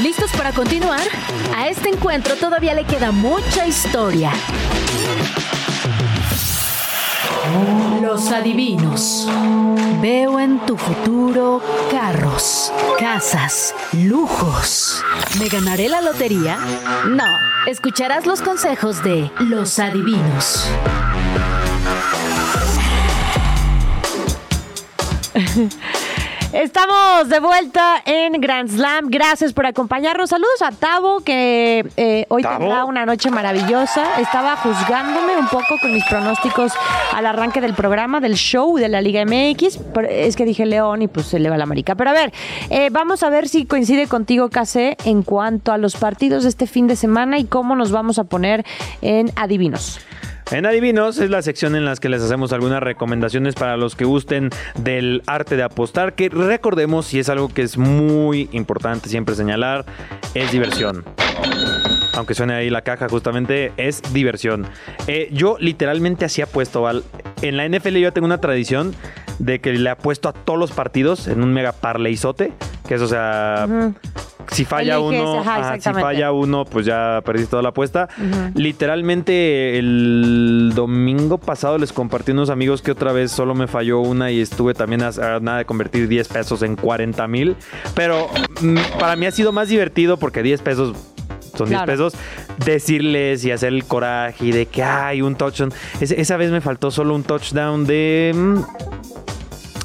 A: ¿Listos para continuar? A este encuentro todavía le queda mucha historia. Los adivinos. Veo en tu futuro carros, casas, lujos. ¿Me ganaré la lotería? No. Escucharás los consejos de los adivinos.
B: Estamos de vuelta en Grand Slam. Gracias por acompañarnos. Saludos a Tavo, que eh, hoy
C: ¿Tavo?
B: tendrá una noche maravillosa. Estaba juzgándome un poco con mis pronósticos al arranque del programa, del show de la Liga MX. Pero es que dije León y pues se le va la marica. Pero a ver, eh, vamos a ver si coincide contigo, Casé, en cuanto a los partidos de este fin de semana y cómo nos vamos a poner en adivinos.
C: En Adivinos es la sección en la que les hacemos algunas recomendaciones para los que gusten del arte de apostar, que recordemos, y es algo que es muy importante siempre señalar, es diversión. Aunque suene ahí la caja, justamente es diversión. Eh, yo literalmente así apuesto, Val. En la NFL yo tengo una tradición de que le apuesto a todos los partidos en un mega parleyzote, que es, o sea, si falla
B: Eliges,
C: uno,
B: ajá,
C: ajá, si
B: exactamente.
C: falla uno, pues ya perdiste toda la apuesta.
B: Ujú.
C: Literalmente el domingo pasado les compartí a unos amigos que otra vez solo me falló una y estuve también a, a nada de convertir 10 pesos en 40 mil. Pero mm, para mí ha sido más divertido porque 10 pesos... Son 10
B: Claro.
C: pesos. Decirles y hacer el coraje y de que hay un touchdown. Ese- esa vez me faltó solo un touchdown de. mm,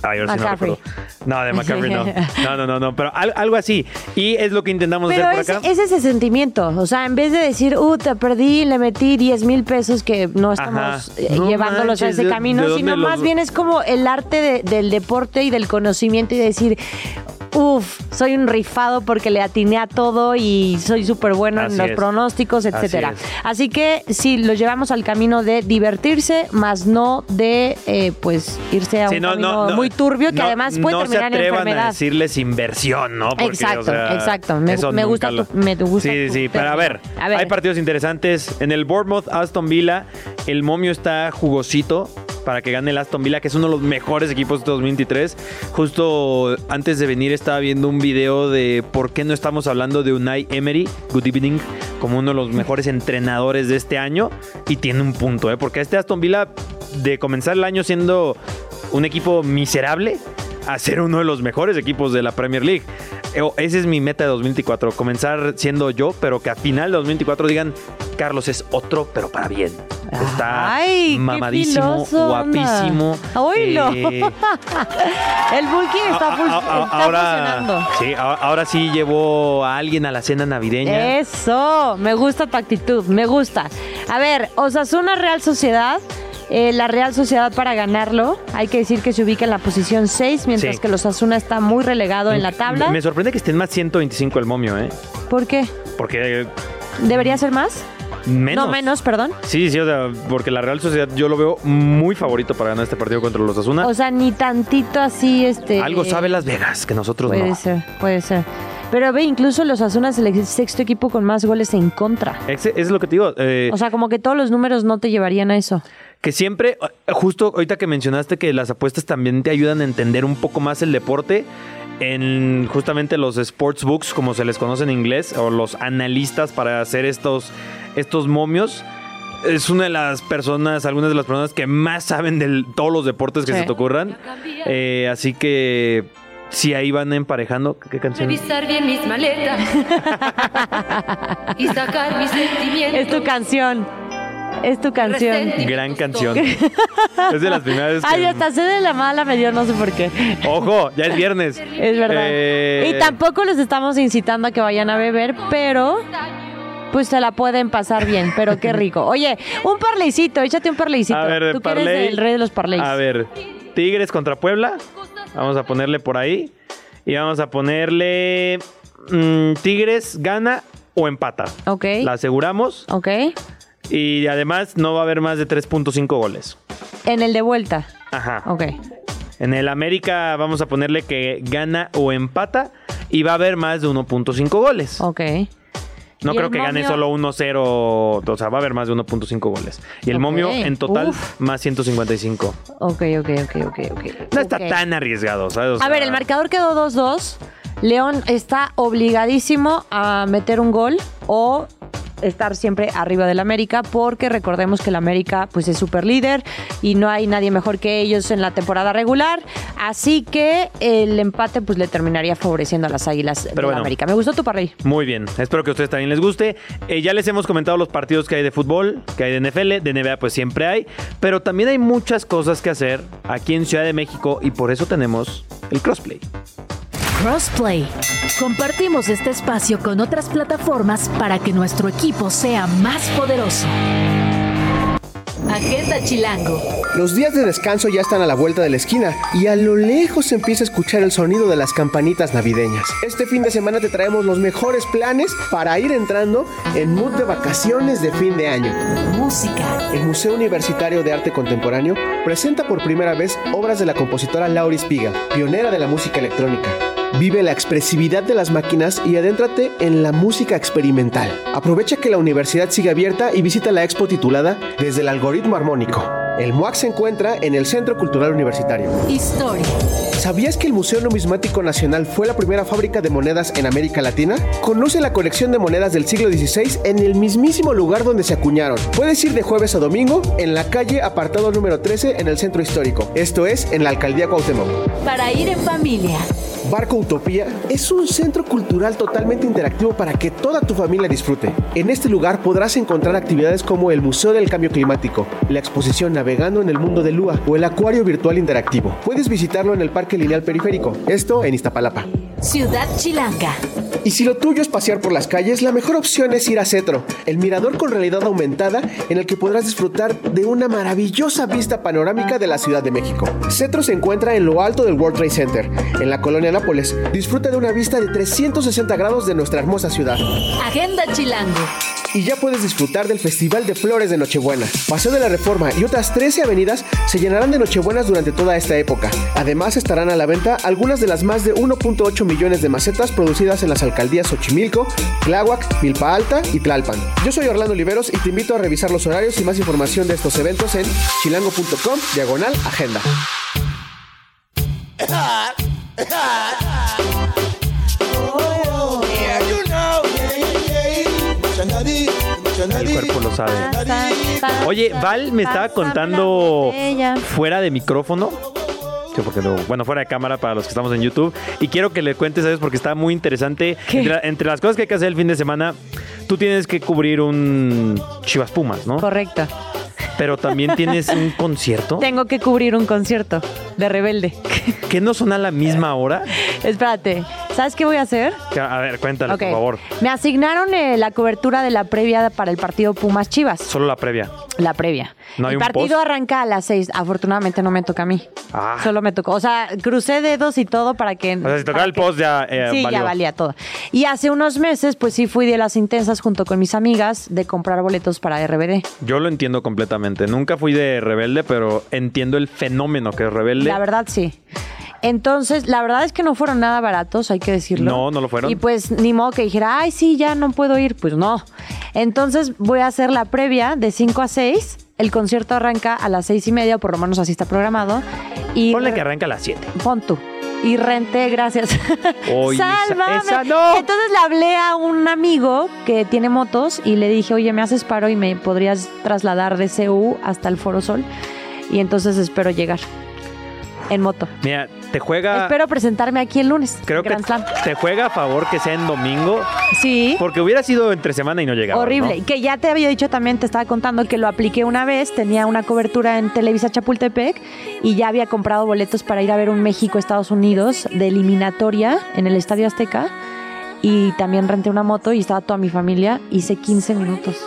C: Ay, ahora sí no
B: McCaffrey.
C: recuerdo.
B: <laughs>
C: No, de McCaffrey no. No, no, no, no. Pero al- algo así. Y es lo que intentamos
B: Pero
C: hacer por
B: ese,
C: acá.
B: es ese sentimiento. O sea, en vez de decir, uh, te perdí, le metí 10 mil pesos que no estamos
C: Ajá.
B: eh,
C: No
B: llevándolos a
C: manches,
B: ese
C: ¿de-
B: camino,
C: de dónde
B: sino
C: los-
B: más bien es como el arte de- del deporte y del conocimiento y decir, uff, soy un rifado porque le atiné a todo y soy súper bueno
C: Así
B: en los
C: es.
B: pronósticos,
C: Así
B: etcétera.
C: es.
B: Así, que sí, lo llevamos al camino de divertirse, más no de, eh, pues, irse a
C: Sí,
B: un camino muy turbio que
C: no-
B: además puede
C: no
B: terminar
C: se
B: en
C: atrevan
B: enfermedad.
C: a decirles inversión, ¿no? Porque,
B: Exacto,
C: o sea,
B: exacto. Me-
C: eso
B: me
C: nunca
B: gusta tu- me gusta
C: Sí,
B: tu
C: sí, pero a ver,
B: término. A ver.
C: hay partidos interesantes. En el Bournemouth, Aston Villa, el momio está jugosito para que gane el Aston Villa, que es uno de los mejores equipos de 2023. Justo antes de venir estaba viendo un video de por qué no estamos hablando de Unai Emery, Good Evening, como uno de los mejores entrenadores de este año. Y tiene un punto, ¿eh? Porque este Aston Villa, de comenzar el año siendo un equipo miserable a ser uno de los mejores equipos de la Premier League. Eh, o- Esa es mi meta de 2024, comenzar siendo yo, pero que a final de 2024 digan, Carlos es otro, pero para bien. Está
B: Ay, qué
C: mamadísimo,
B: filoso,
C: guapísimo. eh,
B: anda. Oílo. El bulking <laughs> está,
C: a-
B: ful-
C: a- a-
B: está funcionando.
C: Ah, ahora, sí, a- ahora sí llevó a alguien a la cena navideña.
B: Eso, me gusta tu actitud, me gusta. A ver, Osasuna Real Sociedad, eh, la Real Sociedad para ganarlo, hay que decir que se ubica en la posición 6, mientras
C: Sí. Mm,
B: que el Osasuna está muy relegado en la tabla.
C: Me, me sorprende que estén más 125 el momio, ¿eh?
B: ¿Por qué?
C: Porque eh,
B: ¿Debería ser más?
C: menos.
B: No, menos, perdón.
C: Sí, sí, o sea, porque la Real Sociedad yo lo veo muy favorito para ganar este partido contra los Asuna.
B: O sea, ni tantito así, este...
C: Algo sabe Las Vegas que nosotros
B: Puede
C: Pues no.
B: ser, puede ser. Pero ve, incluso los Osasuna es el sexto equipo con más goles en contra.
C: Ex- Es lo que te digo. eh,
B: O sea, como que todos los números no te llevarían a eso.
C: que siempre, eh, justo ahorita que mencionaste que las apuestas también te ayudan a entender un poco más el deporte. En justamente los sportsbooks, como se les conoce en inglés, o los analistas para hacer estos, estos momios. Es una de las personas, algunas de las personas que más saben de todos los deportes que
B: Sí.
C: se te ocurran. Eh, así que si ahí van emparejando. ¿Qué canción?
J: Revisar bien mis
E: <laughs>
J: maletas y sacar mis sentimientos.
B: Es tu canción. Es tu canción.
C: Gran canción. es de las
B: <laughs>
C: primeras veces
B: Ay,
C: que-
B: hasta sé de la mala me dio, no sé por qué.
C: Ojo, ya es viernes.
B: Es verdad.
C: Eh,
B: Y tampoco los estamos incitando a que vayan a beber, pero pues se la pueden pasar bien, pero qué rico.
C: <laughs>
B: Oye, un parleycito, échate un parleycito.
C: A ver,
B: Tú que
C: parlay.
B: eres el rey de los parleys.
C: A ver, Tigres contra Puebla. Vamos a ponerle por ahí. Y vamos a ponerle mm, Tigres gana o empata.
B: Ok.
C: La aseguramos.
B: Ok.
C: Y además no va a haber más de 3.5 goles.
B: En el de vuelta.
C: Ajá.
B: Ok.
C: En el América vamos a ponerle que gana o empata. Y va a haber más de 1.5 goles.
B: Ok.
C: No
B: ¿Y
C: creo
B: el
C: que gane
B: momio?
C: solo 1-0. O sea, va a haber más de 1.5 goles. Y el
B: Ok.
C: momio en total
B: Uf.
C: más 155.
B: Ok, ok, ok, ok, ok.
C: No está
B: Ok.
C: tan arriesgado, ¿sabes? O
B: A
C: sea,
B: ver, el marcador quedó 2-2. León está obligadísimo a meter un gol o estar siempre arriba del América porque recordemos que el América pues es super líder y no hay nadie mejor que ellos en la temporada regular así que el empate pues le terminaría favoreciendo a las Águilas del
C: bueno.
B: América me gustó tu parril
C: Muy bien, espero que a ustedes también les guste. Eh, ya les hemos comentado los partidos que hay de fútbol, que hay de NFL, de NBA pues siempre hay, pero también hay muchas cosas que hacer aquí en Ciudad de México y por eso tenemos el crossplay.
A: Crossplay. Compartimos este espacio con otras plataformas para que nuestro equipo sea más poderoso. Agenda Chilango.
I: Los días de descanso ya están a la vuelta de la esquina y a lo lejos se empieza a escuchar el sonido de las campanitas navideñas. Este fin de semana te traemos los mejores planes para ir entrando en mood de vacaciones de fin de año.
A: Música.
I: El Museo Universitario de Arte Contemporáneo presenta por primera vez obras de la compositora Laurie Spiegel, pionera de la música electrónica. Vive la expresividad de las máquinas y adéntrate en la música experimental. Aprovecha que la universidad sigue abierta y visita la expo titulada Desde el algoritmo armónico. El MUAC se encuentra en el Centro Cultural Universitario.
A: Historia.
I: ¿Sabías que el Museo Numismático Nacional fue la primera fábrica de monedas en América Latina? Conoce la colección de monedas del siglo XVI en el mismísimo lugar donde se acuñaron. Puedes ir de jueves a domingo en la calle apartado número 13 en el centro histórico, esto es en la alcaldía Cuauhtémoc.
A: Para ir en familia.
I: Barco Utopía es un centro cultural totalmente interactivo para que toda tu familia disfrute. En este lugar podrás encontrar actividades como el Museo del Cambio Climático, la exposición Navegando en el Mundo de Lua o el Acuario Virtual Interactivo. Puedes visitarlo en el Parque Lineal Periférico, esto en Iztapalapa.
A: Ciudad Chilanga.
I: Y si lo tuyo es pasear por las calles, la mejor opción es ir a Cetro, el mirador con realidad aumentada en el que podrás disfrutar de una maravillosa vista panorámica de la Ciudad de México. Cetro se encuentra en lo alto del World Trade Center, en la colonia Nápoles. Disfruta de una vista de 360 grados de nuestra hermosa ciudad.
A: Agenda Chilango.
I: Y ya puedes disfrutar del Festival de Flores de Nochebuena. Paseo de la Reforma y otras 13 avenidas se llenarán de Nochebuenas durante toda esta época. Además estarán a la venta algunas de las más de 1.8 millones de macetas producidas en las alcaldías Xochimilco, Tláhuac, Milpa Alta y Tlalpan. Yo soy Orlando Oliveros y te invito a revisar los horarios y más información de estos eventos en chilango.com diagonal agenda.
C: El cuerpo lo sabe. Oye, Val me estaba contando fuera de micrófono. que porque no- bueno, fuera de cámara para los que estamos en YouTube. Y quiero que le cuentes a ellos porque está muy interesante.
B: ¿Qué?
C: Entre, la- entre las cosas que hay que hacer el fin de semana, tú tienes que cubrir un Chivas Pumas, ¿no?
B: correcto
C: Pero también tienes
B: <laughs>
C: un concierto
B: tengo que cubrir un concierto de Rebelde <laughs>
C: que no son a la misma hora.
B: espérate ¿sabes qué voy a hacer?
C: Que- A ver, cuéntale,
B: Ok.
C: por favor.
B: me asignaron eh, la cobertura de la previa para el partido Pumas Chivas
C: Solo la previa.
B: La previa.
C: ¿No hay
B: el
C: un
B: partido
C: post?
B: arranca a las 6. Afortunadamente no me toca a mí.
C: Ah.
B: Solo me tocó. O sea, crucé dedos y todo para que.
C: O sea, si tocaba el post ya eh,
B: sí,
C: valió.
B: ya valía todo. Y hace unos meses, pues sí fui de las intensas junto con mis amigas de comprar boletos para RBD.
C: Yo lo entiendo completamente. Nunca fui de rebelde, pero entiendo el fenómeno que es rebelde.
B: La verdad, sí. Entonces, la verdad es que no fueron nada baratos, hay que decirlo.
C: No, no lo fueron.
B: Y pues ni modo que dijera, ay, sí, ya no puedo ir. Pues no. Entonces voy a hacer la previa de 5 a 6. El concierto arranca a las seis y media, por lo menos así está programado. Y
C: Ponle que arranca a las 7.
B: pon tú. Y renté, gracias.
C: <laughs> Oye, esa-
B: Sálvame.
C: esa no.
B: Entonces le hablé a un amigo que tiene motos y le dije, oye, me haces paro y me podrías trasladar de CU hasta el Foro Sol. Y entonces espero llegar en moto.
C: Mira, Te juega.
B: Espero presentarme aquí el lunes.
C: Ah. creo que
B: Grand Slam.
C: te juega a favor que sea en domingo.
B: Sí.
C: Porque hubiera sido entre semana y no llegaba.
B: Horrible.
C: ¿no?
B: Que ya te había dicho también, te estaba contando que lo apliqué una vez, tenía una cobertura en Televisa Chapultepec y ya había comprado boletos para ir a ver un México-Estados Unidos de eliminatoria en el Estadio Azteca y también renté una moto y estaba toda mi familia. Hice 15 minutos.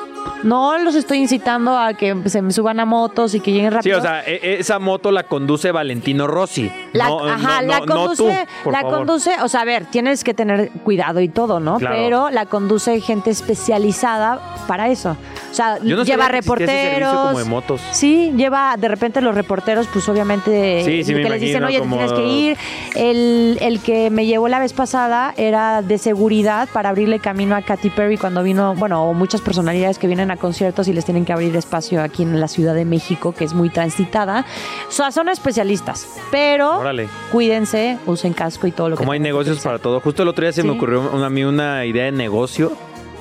B: No los estoy incitando a que se me suban a motos y que lleguen
C: Sí,
B: rápido.
C: o sea, e- esa moto la conduce Valentino Rossi.
B: La,
C: no,
B: ajá,
C: no,
B: la
C: no- no
B: conduce,
C: tú, por
B: la
C: favor.
B: conduce, o sea, a ver, tienes que tener cuidado y todo, ¿no?
C: Claro.
B: Pero la conduce gente especializada para eso. O sea,
C: Yo no
B: lleva
C: sabía que existía ese servicio
B: reporteros.
C: como de motos.
B: Sí, lleva de repente los reporteros, pues obviamente
C: Sí, sí,
B: que
C: me
B: les dicen,
C: imagino,
B: oye, te
C: como-
B: tienes que ir. El, el que me llevó la vez pasada era de seguridad para abrirle camino a Katy Perry cuando vino, bueno, o muchas personalidades que vienen a conciertos y les tienen que abrir espacio aquí en la Ciudad de México, que es muy transitada. O sea, son especialistas, pero
C: Órale.
B: cuídense, usen casco y todo lo que
C: Como hay
B: tengan que
C: negocios
B: utilizar.
C: para todo. Justo el otro día se me
B: Sí.
C: ocurrió una- a mí una idea de negocio.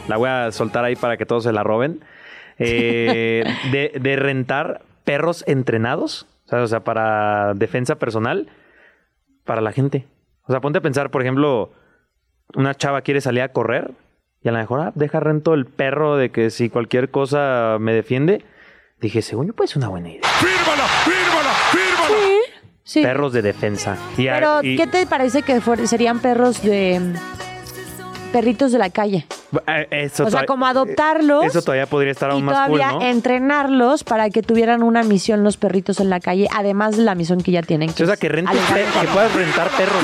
C: La voy a soltar ahí para que todos se la roben.
B: <laughs>
C: Eh, de, de rentar perros entrenados. O sea, o sea, para defensa personal. Para la gente. O sea, ponte a pensar, por ejemplo, una chava quiere salir a correr. Y a lo mejor, ah, deja rento el perro de que si cualquier cosa me defiende. Dije, según yo, pues es una buena idea.
B: Sí.
C: Perros de defensa. Y a-
B: Pero,
C: y-
B: ¿qué te parece que fuer- serían perros de. perritos de la calle?
C: Eh, eso
B: O sea,
C: todavía-
B: como adoptarlos.
C: Eso todavía podría estar
B: y
C: aún más cool,
B: todavía
C: ¿no?
B: entrenarlos para que tuvieran una misión los perritos en la calle, además de la misión que ya tienen.
C: Sí, o sea,
B: es
C: que rentes
B: alegar
C: per-
B: un
C: que
B: perro.
C: puedas rentar perros.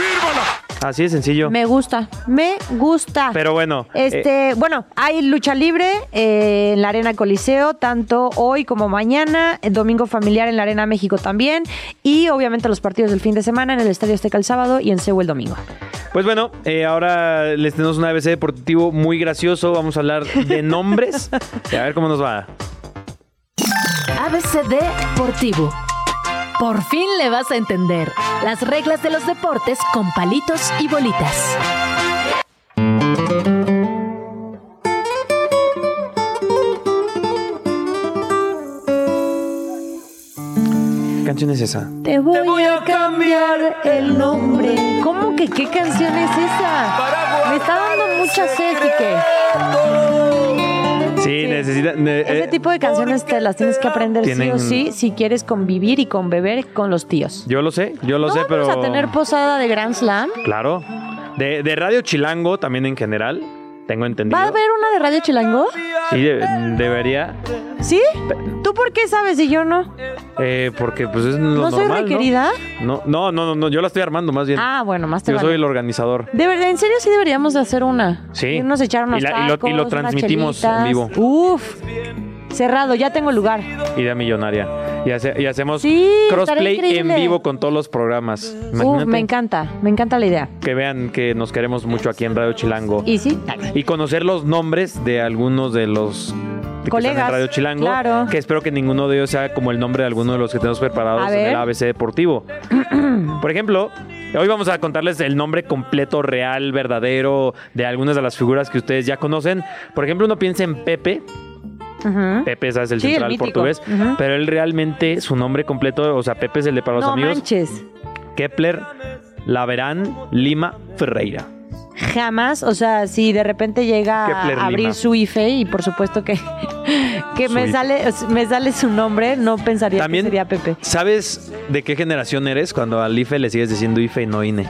C: Así de sencillo.
B: Me gusta, me gusta.
C: Pero bueno, eh,
B: Este, bueno, hay lucha libre eh, en la Arena Coliseo, tanto hoy como mañana, el domingo familiar en la Arena México también, y obviamente los partidos del fin de semana en el Estadio Azteca el sábado y en Seúl el domingo.
C: pues bueno, eh, ahora les tenemos un ABC deportivo muy gracioso. Vamos a hablar
B: <laughs>
C: de nombres. Y a ver cómo nos va.
A: ABC Deportivo. Por fin le vas a entender las reglas de los deportes con palitos y bolitas.
C: ¿Qué canción es esa?
B: Te voy, a cambiar el nombre. ¿Cómo que qué canción es esa? Me está dando mucha sed, Quique.
C: Sí, necesita. ne- eh,
B: Ese tipo de canciones te las tienes que aprender sí
C: Tienen-
B: o sí si quieres convivir y conbeber con los tíos.
C: Yo lo sé, yo lo
B: ¿No
C: sé, pero.
B: vamos a tener posada de Grand Slam?
C: Claro. De, de Radio Chilango también en general. Tengo entendido.
B: ¿Va a haber una de Radio Chilango?
C: Sí, de- debería.
B: ¿Sí? ¿Tú por qué sabes y yo no?
C: eh, porque pues es lo
B: ¿No soy
C: normal,
B: requerida?
C: ¿no? No, no, no, no, Yo la estoy armando más bien.
B: Ah, bueno, más te
C: yo
B: vale.
C: soy el organizador.
B: De verdad, en serio sí deberíamos de hacer una.
C: Sí.
B: Irnos a echar unos
C: Y la- y lo- y
B: tacos,
C: lo
B: unas
C: transmitimos en
B: chelitas.
C: vivo.
B: Uf. Cerrado, ya tengo lugar.
C: Idea millonaria. Y, hace- y hacemos
B: Sí,
C: crossplay
B: estaría
C: en
B: increíble.
C: vivo con todos los programas. Imagínate
B: Uf, me encanta, me encanta la idea.
C: que vean que nos queremos mucho aquí en Radio Chilango. Y,
B: ¿Y sí?
C: conocer los nombres de algunos de los que
B: Colegas,
C: están en Radio Chilango.
B: claro.
C: Que espero que ninguno de ellos sea como el nombre de alguno de los que tenemos preparados
B: A
C: en
B: ver.
C: el ABC
B: <clears throat>
C: Deportivo. Por ejemplo. Hoy vamos a contarles el nombre completo, real, verdadero, de algunas de las figuras que ustedes ya conocen. Por ejemplo, uno piensa en Pepe,
B: Ujú.
C: Pepe, ¿sabes? El
B: Sí, el
C: central
B: mítico.
C: portugués.
B: Ujú.
C: Pero él realmente, su nombre completo, o sea, Pepe es el de para los
B: No
C: amigos.
B: manches,
C: Kepler, Laverán, Lima, Ferreira.
B: jamás, o sea, si de repente llega
C: Kepler
B: a
C: Lima.
B: abrir su IFE y por supuesto que, <laughs> que
C: Su
B: me
C: IFE.
B: sale me sale su nombre, no pensaría
C: También-
B: que sería Pepe.
C: ¿Sabes de qué generación eres cuando al IFE le sigues diciendo IFE y no INE?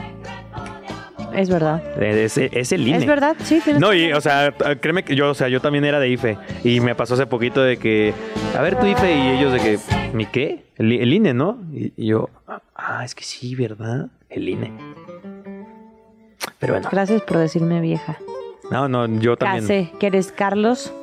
B: Es verdad.
C: Es, es el INE.
B: Es verdad, sí, tienes
C: No, y,
B: razón.
C: o sea, t- créeme que yo, o sea, yo también era de IFE. Y me pasó hace poquito de que, a ver tu IFE, E, y ellos de que, ¿mi qué? El, I- el INE, ¿no? Y, y yo, ah, es que sí, ¿verdad? El INE. Pero bueno,
B: Gracias por decirme vieja.
C: no, no, yo también.
B: Case, que eres Carlos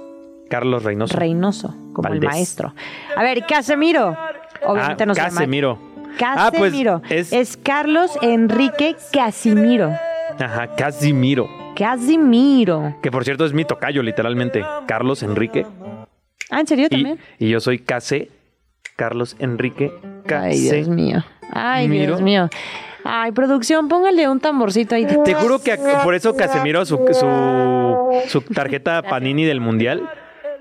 C: Carlos Reynoso.
B: Reynoso, como el
C: Valdés.
B: maestro. A ver, Casemiro. Obviamente
C: Ah,
B: no se llama-
C: Casemiro. Ah, pues,
B: Casemiro.
C: es-
B: es... Carlos Enrique Casimiro.
C: Ajá, Casimiro.
B: Casimiro.
C: Que por cierto es mi tocayo, literalmente. Carlos Enrique.
B: Ah, ¿en serio
C: Y,
B: también?
C: y yo soy Case. Carlos Enrique
B: Ay,
C: Case.
B: Dios mío. Ay,
C: Miro.
B: Dios mío. Ay, producción, póngale un tamborcito ahí.
C: Te juro que a- por eso Casemiro, su, su, su tarjeta Panini del Mundial,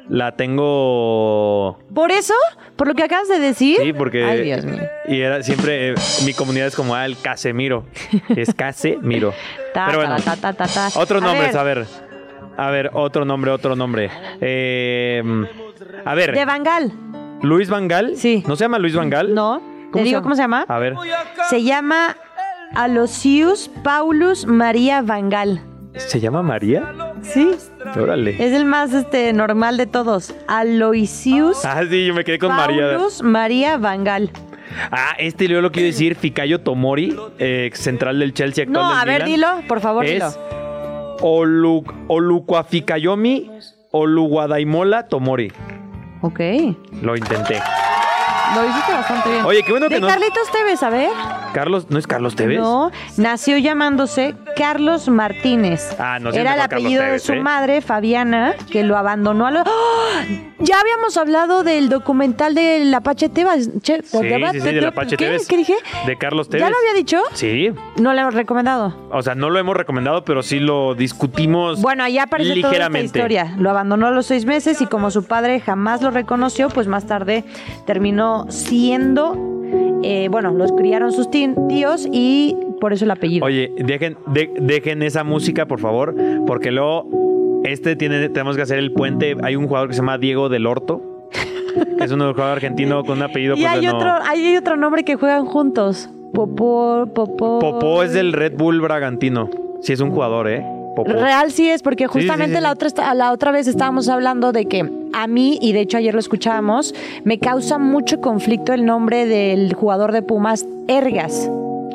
C: la tengo.
B: Por eso, por lo que acabas de decir.
C: Sí, porque.
B: Ay, Dios mío.
C: Y era siempre. eh, mi comunidad es como ah, el Casemiro.
B: <laughs>
C: Es Casemiro.
B: Ta,
C: Pero bueno.
B: ta, ta, ta, ta, ta.
C: Otros
B: A
C: nombres,
B: ver,
C: a ver. A ver, otro nombre, otro nombre. Eh, a ver,
B: De Bangal.
C: Luis Vangal.
B: Sí.
C: ¿No se llama Luis Vangal?
B: No. ¿Te
C: se
B: digo
C: llama? Ah.
B: cómo se llama?
C: A ver,
B: Se llama Alosius Paulus María Vangal.
C: ¿se llama María?
B: Sí,
C: Órale.
B: es el más este normal de todos. Aloisius
C: Ah, sí, yo me quedé con María.
B: Paulus María Vangal.
C: Ah, este yo lo quiero decir, Ficayo Tomori, eh, ex central del Chelsea actual
B: No,
C: del
B: a ver,
C: Milan,
B: dilo, por favor,
C: Es
B: dilo.
C: Olu Oluquaficayomi Oluguadaimola Tomori.
B: Ok.
C: Lo intenté.
B: Lo hiciste bastante bien.
C: Oye, qué bueno que
B: de
C: no-
B: Carlitos Tevez, a ver.
C: Carlos, ¿no es Carlos Tevez?
B: No, nació llamándose Carlos Martínez.
C: Ah, no, sí,
B: Era el
C: mejor Carlos
B: apellido de
C: Tevez,
B: su
C: ¿eh?
B: madre, Fabiana, que lo abandonó a los... Ya habíamos hablado del documental del Apache Tebas. Che,
C: Sí,
B: ¿verdad?
C: sí, sí, del Apache
B: ¿Qué?
C: Tevez.
B: ¿Qué dije?
C: De Carlos Tevez.
B: ¿Ya lo había dicho?
C: Sí,
B: No lo hemos recomendado.
C: o sea, no lo hemos recomendado, pero sí lo discutimos
B: Bueno, ahí aparece toda esta
C: Pues, ligeramente.
B: historia. Lo abandonó a los seis meses y como su padre jamás lo reconoció, pues más tarde terminó siendo... eh, bueno, los criaron sus tin- tíos y por eso el apellido.
C: Oye, dejen, de- dejen esa música, por favor, porque luego este tiene, tenemos que hacer el puente. Hay un jugador que se llama Diego del Orto. que es un jugador argentino con un
B: <laughs>
C: apellido.
B: Y
C: pues,
B: hay
C: no-
B: otro, hay otro nombre que juegan juntos. Popó, Popó.
C: Popó es del Red Bull Bragantino. Sí, es un jugador, ¿eh? Popó.
B: Real sí es, porque
C: sí, sí,
B: justamente
C: sí.
B: La, otra, esta- la otra vez estábamos hablando de que a mí, y de hecho ayer lo escuchábamos, me causa mucho conflicto el nombre del jugador de Pumas, Ergas.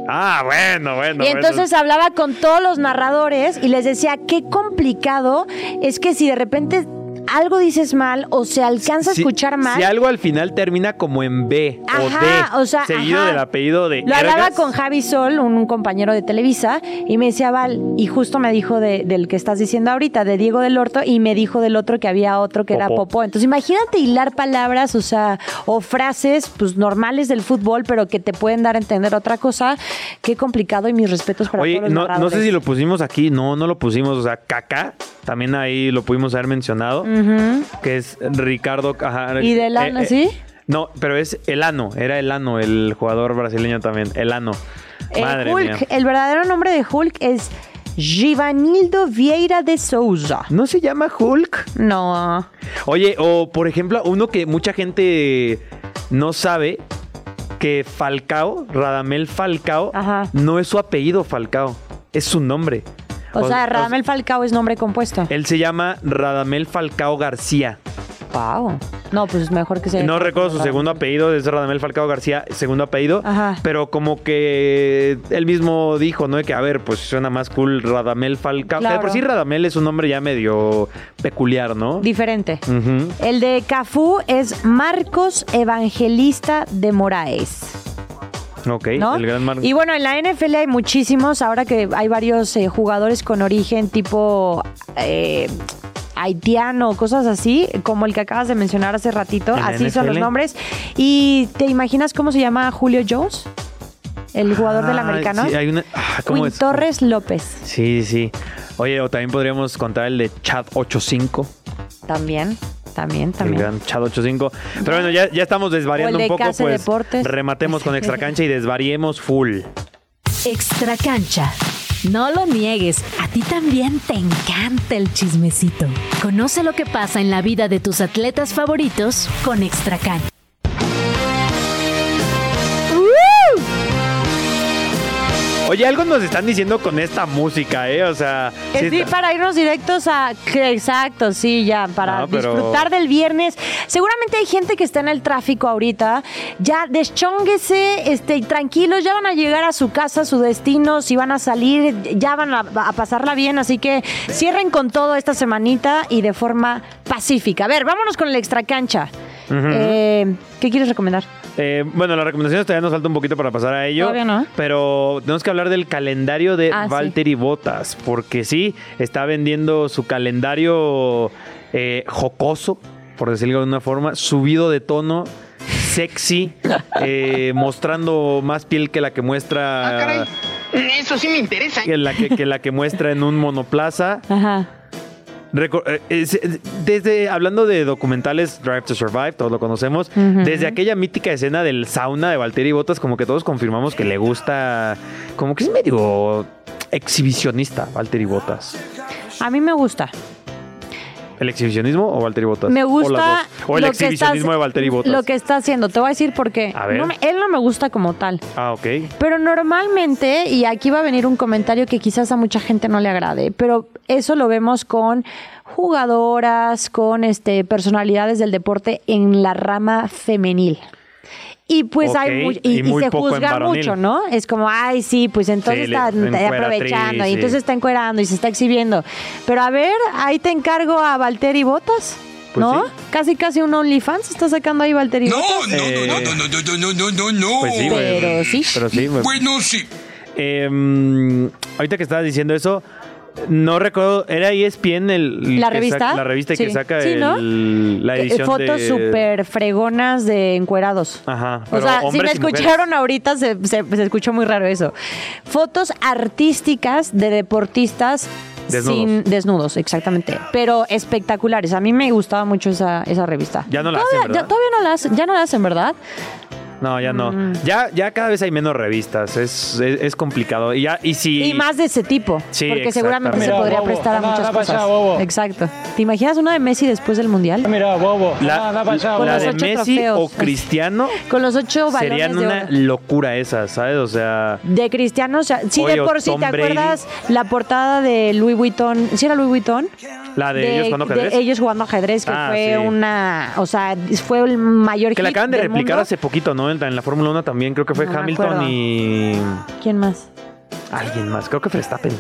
C: Ah, bueno, bueno.
B: y
C: bueno.
B: entonces hablaba con todos los narradores y les decía, qué complicado es que si de repente algo dices mal o se alcanza
C: Si-
B: a escuchar mal,
C: Si algo al final termina como en B
B: Ajá,
C: o D,
B: o sea,
C: seguido
B: ajá.
C: del apellido de.
B: Lo hablaba
C: Ergas,
B: con Javi Sol, un, un compañero de Televisa, y me decía, Val, y justo me dijo de- del que estás diciendo ahorita, de Diego del Orto, y me dijo del otro que había otro que era
C: Popó.
B: Popó. Entonces imagínate hilar palabras, o sea, o frases, pues normales del fútbol, pero que te pueden dar a entender otra cosa. Qué complicado y mis respetos para
C: Oye,
B: todos los
C: no, no sé
B: narradores.
C: si lo pusimos aquí, no, no lo pusimos, o sea, Kaká, también ahí lo pudimos haber mencionado, que es Ricardo... ajá, eh,
B: ¿Y del ano, sí?
C: No, pero es Elano, era Elano, el jugador brasileño también, Elano.
B: El
C: Madre
B: Eh, Hulk,
C: mía.
B: el verdadero nombre de Hulk es Givanildo Vieira de Souza.
C: ¿No se llama Hulk?
B: No.
C: Oye, o por ejemplo, uno que mucha gente no sabe, que Falcao, Radamel Falcao,
B: Ajá.
C: no es su apellido Falcao, es su nombre.
B: O,
C: Pues,
B: sea, Radamel Falcao es nombre compuesto.
C: Él se llama Radamel Falcao García.
B: Wow. No, pues mejor que se.
C: No recuerdo su segundo apellido, es Radamel Falcao García, segundo apellido.
B: Ajá.
C: Pero como que él mismo dijo, ¿no? De que, a ver, pues suena más cool Radamel Falcao. O sea, de por
B: Claro.
C: sí Radamel es un nombre ya medio peculiar, ¿no?
B: Diferente.
C: Ujú.
B: El de Cafú es Marcos Evangelista de Moraes,
C: Ok,
B: ¿no?
C: el gran mar.
B: Y bueno, en la NFL hay muchísimos, ahora que hay varios eh, jugadores con origen tipo eh, haitiano, cosas así, como el que acabas de mencionar hace ratito,
C: ¿En la
B: así son los
C: NFL?
B: nombres. ¿Y te imaginas cómo se llama Julio Jones? El jugador del
C: Ah,
B: americano.
C: Sí, hay una... ah, ¿cómo
B: Quinn
C: es?
B: Torres López
C: Sí, sí. Oye, o también podríamos contar el de Chad 85.
B: también, también,
C: El
B: también.
C: gran Chad 85. Pero bueno, ya, ya estamos
B: O el
C: desvariando un
B: de
C: poco,
B: Case
C: pues
B: Deportes.
C: rematemos con extra
B: <laughs>
C: cancha y desvariemos full.
A: Extra cancha. No lo niegues, a ti también te encanta el chismecito. Conoce lo que pasa en la vida de tus atletas favoritos con Extra cancha.
C: Oye, algo nos están diciendo con esta música, ¿eh? O sea.
B: Es
C: sí
B: decir,
C: está-
B: para irnos directos a... que- Exacto, sí, ya, para
C: No, pero-
B: disfrutar del viernes. Seguramente hay gente que está en el tráfico ahorita. Ya deschónguese, este, y tranquilos, ya van a llegar a su casa, a su destino, si van a salir, ya van a, a pasarla bien. Así que cierren con todo esta semanita y de forma pacífica. A ver, vámonos con el extra cancha. Eh, ¿Qué quieres recomendar?
C: Eh, bueno, las recomendaciones todavía nos falta un poquito para pasar a ello.
B: Todavía no.
C: Pero tenemos que hablar del calendario de
B: Ah, sí.
C: Valtteri Botas, porque sí, está vendiendo su calendario eh, jocoso, por decirlo de una forma, subido de tono,
B: <laughs>
C: sexy, eh, mostrando más piel que la que muestra.
J: Ah, Eso sí me interesa. ¿eh?
C: que la que, que la que muestra en un monoplaza.
B: Ajá.
C: Reco- eh, es- eh, Desde, hablando de documentales, Drive to Survive, todos lo conocemos, desde aquella mítica escena del sauna de Valtteri Botas, como que todos confirmamos que le gusta, como que es medio exhibicionista Valtteri Botas.
B: A mí me gusta.
C: ¿El exhibicionismo o Valtteri Botas?
B: Me
C: O, las
B: gusta.
C: dos. O el
B: lo que está-
C: exhibicionismo de Valtteri Botas.
B: Lo que está haciendo. Te voy a decir por qué.
C: A ver.
B: No me- él no me gusta como tal.
C: Ah, ok.
B: Pero normalmente, y aquí va a venir un comentario que quizás a mucha gente no le agrade, pero eso lo vemos con jugadoras, con este personalidades del deporte en la rama femenil. Y pues
C: Ok,
B: hay mucho,
C: y
B: y, y
C: muy
B: se
C: poco en
B: juzga
C: varonil.
B: mucho, ¿no? Es como, ay, sí, pues entonces
C: Sí, le-
B: está
C: encueratriz,
B: aprovechando, y
C: sí.
B: entonces está encuerando y se está exhibiendo. Pero a ver, ahí te encargo a Valtteri Botas,
C: Pues
B: ¿no?
C: sí.
B: Casi casi un OnlyFans está sacando ahí Valtteri Botas.
C: Eh,
D: no, no, no, no.
C: Pues sí, güey.
B: Pero sí.
C: Pero sí, güey.
D: Bueno, sí.
C: Em, ahorita que estabas diciendo eso, no recuerdo, era E ESPN el,
B: ¿La
C: que
B: revista?
C: saca- la revista
B: Sí.
C: que saca
B: Sí, ¿no?
C: el- la
B: Eh,
C: edición
B: fotos
C: de-
B: súper fregonas de encuerados.
C: Ajá,
B: O
C: pero
B: sea, si me
C: hombres y mujeres.
B: escucharon ahorita, se, se- se escuchó muy raro eso. Fotos artísticas de deportistas
C: Desnudos.
B: sin desnudos, exactamente. Pero espectaculares. A mí me gustaba mucho esa, esa revista.
C: Ya no la
B: todavía,
C: hacen, ¿verdad?
B: ya- todavía no la hacen, ya no la hacen, ¿verdad?
C: No, ya no.
B: Mm.
C: Ya, ya cada vez hay menos revistas. Es, es, es complicado. Y ya, y si.
B: Y, más de ese tipo.
C: Sí,
B: porque seguramente se
C: exactamente.
B: podría prestar a muchas cosas. Exacto. ¿Te imaginas una de Messi después del Mundial?
C: La, la
B: Con los
C: de
B: ocho
C: Messi
B: trofeos.
C: o Cristiano
B: Con los ocho balones
C: serían
B: de
C: una
B: oro.
C: locura esas, ¿sabes? O sea.
B: De Cristiano, o sea, sí,
C: Oye,
B: de
C: o
B: por sí,
C: Tom
B: ¿te
C: Brady.
B: acuerdas la portada de Louis Vuitton? ¿Sí era Louis Vuitton?
C: La Ah, de, ellos cuando
B: de
C: ajedrez.
B: ellos jugando ajedrez, que
C: Ah,
B: fue
C: sí.
B: una. O sea, fue el mayor
C: Que la
B: hit
C: acaban de
B: del
C: replicar
B: mundo.
C: hace poquito, ¿no? En, en la Fórmula 1 también. Creo que fue
B: No me
C: Hamilton
B: acuerdo.
C: y.
B: ¿Quién más?
C: Alguien más. Creo que Verstappen.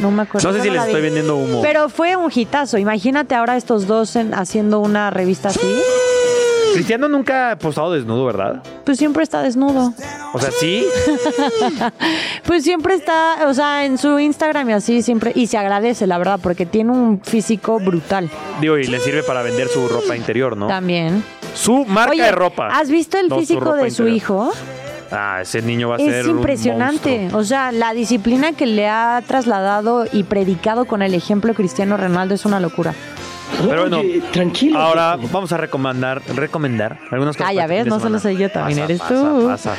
B: No me acuerdo.
C: No sé
B: Yo
C: si les
B: la vi.
C: estoy vendiendo humo.
B: Pero fue un hitazo. Imagínate ahora estos dos en- haciendo una revista así.
C: Cristiano nunca ha posado desnudo, ¿verdad?
B: Pues siempre está desnudo.
C: O sea, sí.
B: Pues siempre está, o sea, en su Instagram y así siempre. Y se agradece, la verdad, porque tiene un físico brutal
C: Digo, y le sirve para vender su ropa interior,
B: <laughs>
C: ¿no?
B: también.
C: Su marca
B: Oye,
C: de ropa.
B: ¿Has visto el
C: No, su
B: físico
C: ropa
B: de su
C: interior.
B: hijo?
C: Ah, ese niño va a ser.
B: Es
C: un
B: impresionante.
C: monstruo.
B: O sea, la disciplina que le ha trasladado y predicado con el ejemplo Cristiano Ronaldo es una locura.
C: Pero bueno,
J: tranquilo.
C: ahora vamos a recomendar, recomendar algunas cosas.
B: Ah, ya
C: para
B: ves,
C: este fin de
B: no
C: semana.
B: solo soy yo, también
C: Pasa,
B: eres
C: pasa,
B: tú.
C: pasa.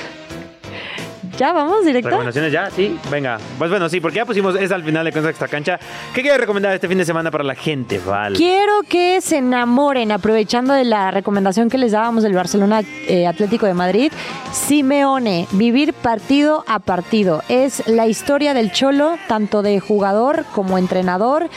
B: ¿Ya vamos directo?
C: Recomendaciones ya, sí. Venga. Pues bueno, sí, porque ya pusimos es al final de Cuentas esta cancha. ¿Qué quieres recomendar este fin de semana para la gente, Val?
B: Quiero que se enamoren, aprovechando de la recomendación que les dábamos del Barcelona eh, Atlético de Madrid. Simeone, vivir partido a partido. Es la historia del Cholo, tanto de jugador como entrenador.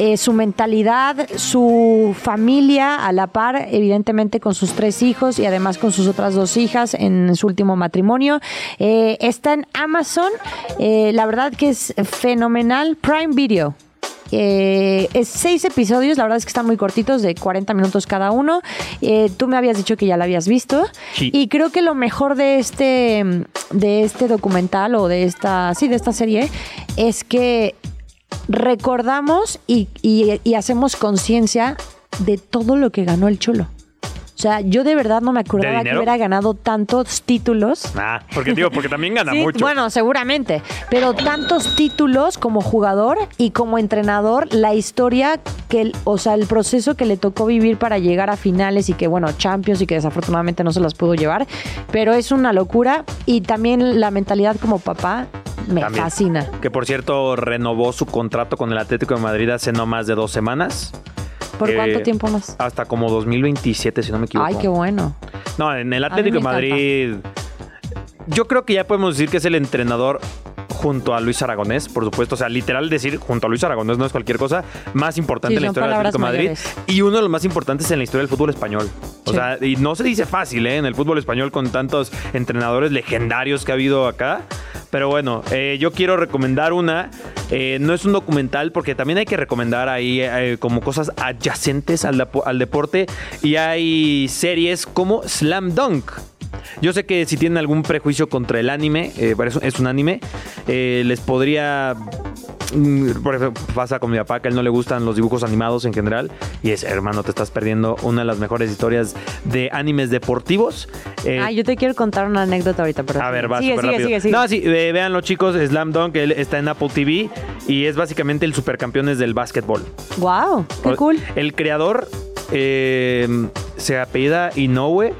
B: eh, su mentalidad, su familia a la par, evidentemente con sus tres hijos y además con sus otras dos hijas en su último matrimonio. Eh, está en Amazon, eh, la verdad que es fenomenal. Prime Video, eh, es seis episodios, la verdad es que están muy cortitos, de 40 minutos cada uno. Eh, tú me habías dicho que ya la habías visto.
C: Sí.
B: Y creo que lo mejor de este, de este documental o de esta, sí, de esta serie es que recordamos y, y- y hacemos conciencia de todo lo que ganó el Cholo. O sea, yo de verdad no me acordaba que
C: dinero?
B: hubiera ganado tantos títulos.
C: Ah, porque digo, porque también
B: <laughs>
C: gana
B: Sí,
C: mucho.
B: Bueno, seguramente. Pero tantos títulos como jugador y como entrenador, la historia que, el- o sea, el proceso que le tocó vivir para llegar a finales y que, bueno, Champions y que desafortunadamente no se las pudo llevar. Pero es una locura y también la mentalidad como papá me
C: También.
B: fascina.
C: Que por cierto, renovó su contrato con el Atlético de Madrid hace no más de dos semanas.
B: ¿Por
C: Eh,
B: cuánto tiempo más?
C: Hasta como 2027, si no me equivoco.
B: Ay, qué bueno.
C: No, en el
B: mí
C: Atlético de
B: me
C: Madrid. Yo creo que ya podemos decir que es el entrenador junto a Luis Aragonés, por supuesto. O sea, literal decir junto a Luis Aragonés no es cualquier cosa. Más importante
B: Sí,
C: en la
B: son
C: historia del
B: palabras
C: Atlético de Madrid.
B: mayores.
C: Y uno de los más importantes en la historia del fútbol español. O
B: Sí.
C: sea, y no se dice fácil, ¿eh? En el fútbol español con tantos entrenadores legendarios que ha habido acá. Pero bueno, eh, yo quiero recomendar una. eh, no es un documental porque también hay que recomendar ahí eh, como cosas adyacentes al, depo- al deporte. Y hay series como Slam Dunk Yo sé que si tienen algún prejuicio contra el anime, eh, bueno, es un- es un anime, eh, les podría... mm, Por ejemplo, pasa con mi papá que a él no le gustan los dibujos animados en general. Y es, hermano, te estás perdiendo una de las mejores historias de animes deportivos. Eh,
B: Ah, yo te quiero contar una anécdota ahorita, pero.
C: a ver, va
B: sigue,
C: súper
B: sigue,
C: rápido.
B: sigue, sigue.
C: No, sí, eh, véanlo, chicos. Slam Dunk él está en Apple TV y es básicamente el supercampeones del básquetbol.
B: Wow, qué
C: O-
B: cool.
C: El creador eh, se apellida Inoue,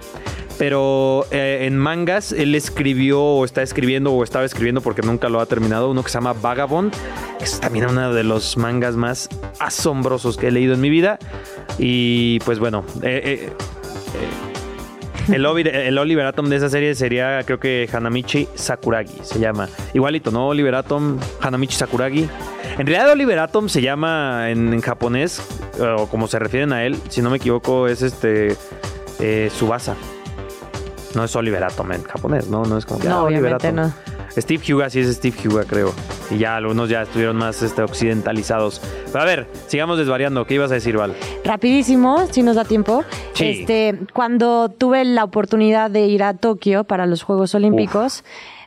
C: pero eh, en mangas él escribió o está escribiendo o estaba escribiendo porque nunca lo ha terminado uno que se llama Vagabond, que es también uno de los mangas más asombrosos que he leído en mi vida. Y pues bueno, eh, eh, eh, el, Oliver, el Oliver Atom de esa serie sería creo que Hanamichi Sakuragi, se llama. Igualito, ¿no? Oliver Atom, Hanamichi Sakuragi. En realidad Oliver Atom se llama en, en japonés, eh, o como se refieren a él, si no me equivoco, es este eh, Subasa. No es Oliver Atom en japonés, ¿no? No es como que,
B: No,
C: ah, Oliver
B: obviamente
C: Atom.
B: no.
C: Steve Huga, sí es Steve Huga, creo. Y ya algunos ya estuvieron más este, occidentalizados. Pero a ver, sigamos desvariando. ¿Qué ibas a decir, Val?
B: Rapidísimo, si nos da tiempo.
C: Sí.
B: Este, cuando tuve la oportunidad de ir a Tokio para los Juegos Olímpicos,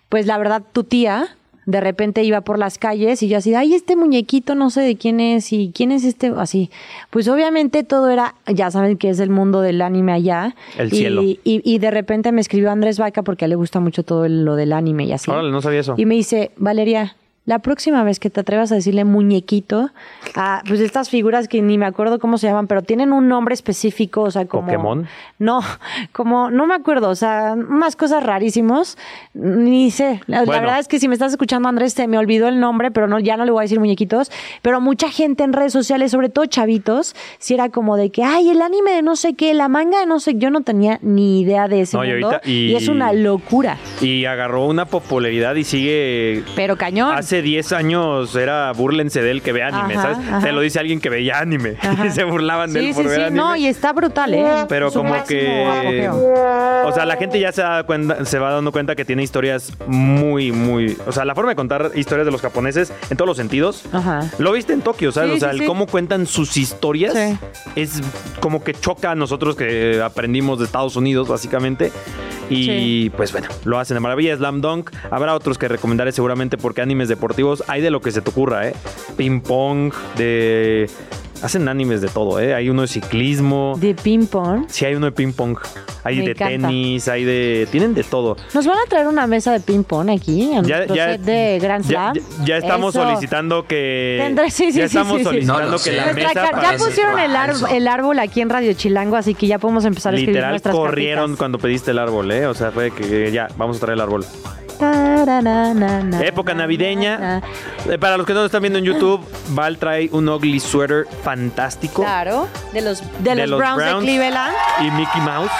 B: pues la verdad tu tía de repente iba por las calles y yo así, ay, este muñequito no sé de quién es y quién es este, así. Pues obviamente todo era, ya saben que es el mundo del anime allá.
C: El
B: Y-
C: cielo.
B: Y, y de repente me escribió Andrés Vaca porque a él le gusta mucho todo lo del anime y así.
C: Órale, no sabía eso.
B: Y me dice, Valeria, la próxima vez que te atrevas a decirle muñequito a pues estas figuras que ni me acuerdo cómo se llaman, pero tienen un nombre específico, o sea, como.
C: ¿Pokémon?
B: No, como, no me acuerdo, o sea, unas cosas rarísimos, ni sé. La, la
C: Bueno.
B: verdad es que si me estás escuchando, Andrés, se me olvidó el nombre, pero no, ya no le voy a decir muñequitos. Pero mucha gente en redes sociales, sobre todo chavitos, si era como de que, ay, el anime de no sé qué, la manga de no sé, yo no tenía ni idea de ese
C: No, y
B: mundo.
C: ahorita- y-
B: es una locura,
C: Y agarró una popularidad y sigue.
B: pero cañón.
C: Hace 10 años era burlense de él que ve anime,
B: Ajá,
C: ¿sabes?
B: ajá.
C: Te lo dice alguien que veía anime. <laughs>
B: Ajá.
C: Y se burlaban de él
B: Sí,
C: por
B: sí,
C: ver
B: sí,
C: anime.
B: no, y está brutal, ¿eh?
C: Pero
B: Su
C: como
B: máximo
C: que.
B: apogeo.
C: O sea, la gente ya se, da cuenta, se va dando cuenta que tiene historias muy, muy. O sea, la forma de contar historias de los japoneses en todos los sentidos.
B: Ajá.
C: Lo viste en Tokio, ¿sabes?
B: Sí,
C: o sea,
B: sí,
C: el
B: sí.
C: cómo cuentan sus historias
B: Sí.
C: es como que choca a nosotros que eh, aprendimos de Estados Unidos, básicamente. Y
B: Sí.
C: pues bueno, lo hacen de maravilla. Slam Dunk. Habrá otros que recomendaré seguramente porque animes deportivos hay de lo que se te ocurra, ¿eh? Ping pong, de. Hacen animes de todo, ¿eh? Hay uno de ciclismo.
B: De ping-pong.
C: Sí, hay uno de ping pong. Hay
B: Me
C: de
B: encanta.
C: tenis, hay de. Tienen de todo.
B: ¿Nos van a traer una mesa de ping-pong aquí? En nuestro set de Grand
C: ya,
B: Slam.
C: ya- ya estamos
B: Eso.
C: solicitando que.
B: Tendré- sí, sí,
C: ya
B: sí,
C: estamos
B: sí, sí.
C: solicitando
D: No lo
C: que
D: sé.
C: la
D: Nuestra
C: mesa.
B: Nuestra ca- ya
D: parece
B: pusieron el, ar-
D: falso.
B: el árbol aquí en Radio Chilango, así que ya podemos empezar a escribir
C: Literal
B: nuestras
C: corrieron
B: cartitas.
C: cuando pediste el árbol, ¿eh? O sea, fue que ya, vamos a traer el árbol.
B: Taranana,
C: Época navideña.
B: na, na.
C: Eh, Para los que no nos están viendo
B: <laughs>
C: en YouTube, Val trae un ugly sweater fantástico.
B: Claro, de los, de los Browns, de Cleveland.
C: Y Mickey Mouse.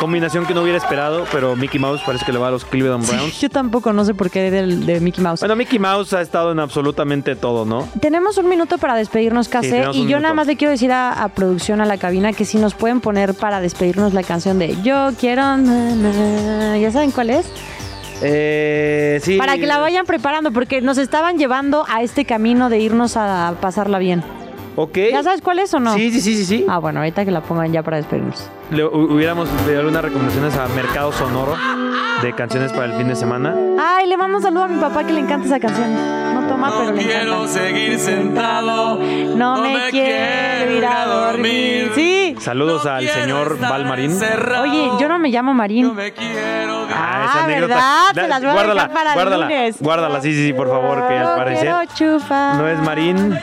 C: Combinación que no hubiera esperado, pero Mickey Mouse parece que le va a los Cleveland Browns.
B: Yo tampoco no sé por qué del- de Mickey Mouse.
C: Bueno, Mickey Mouse ha estado en absolutamente todo, ¿no?
B: Tenemos un minuto para despedirnos, Case.
C: tenemos
B: y yo
C: un
B: nada
C: minuto.
B: más le quiero decir a, a producción, a la cabina, que si nos pueden poner para despedirnos la canción de Yo quiero. na, na". ¿Ya saben cuál es?
C: Eh, sí.
B: Para que la vayan preparando, porque nos estaban llevando a este camino de irnos a pasarla bien.
C: Ok.
B: ¿Ya sabes cuál es o no?
C: Sí, sí, sí, sí. sí.
B: Ah, bueno, ahorita que la pongan ya para despedirnos.
C: Le hu- hubiéramos pedido algunas recomendaciones a Mercado Sonoro de canciones para el fin de semana.
B: Ay, le mando un saludo a mi papá que le encanta esa canción. No toma, pero le encanta.
D: seguir sentado.
B: No me quiero ir a dormir. Sí.
C: Saludos al señor Valmarín.
B: Oye, yo no me llamo Marín.
D: me quiero.
B: Ah, ¿verdad? Te las voy a
C: guárdala,
B: dejar para el
C: guárdala,
B: lunes.
C: guárdala. Sí, sí, sí, por favor, que al
B: Yo
C: parecer
B: quiero chufar.
C: no es Marín.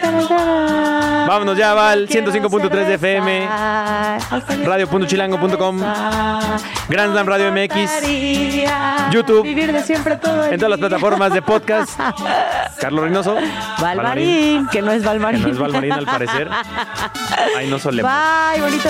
C: Vámonos ya, Val, 105.3 de FM. radio.chilango.com, Grand Slam Radio MX, YouTube,
B: Vivir de siempre todo el
C: En todas las
B: día.
C: plataformas
B: <laughs>
C: de podcast. Carlos Reynoso.
B: Valmarín, que no es
C: Que
B: Valmarín.
C: no es Valmarín al parecer. Ay, no solemos.
B: <laughs> Bye, bonito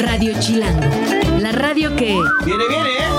A: Radio Chilango.
K: la radio que...
A: Viene, viene, ¿eh?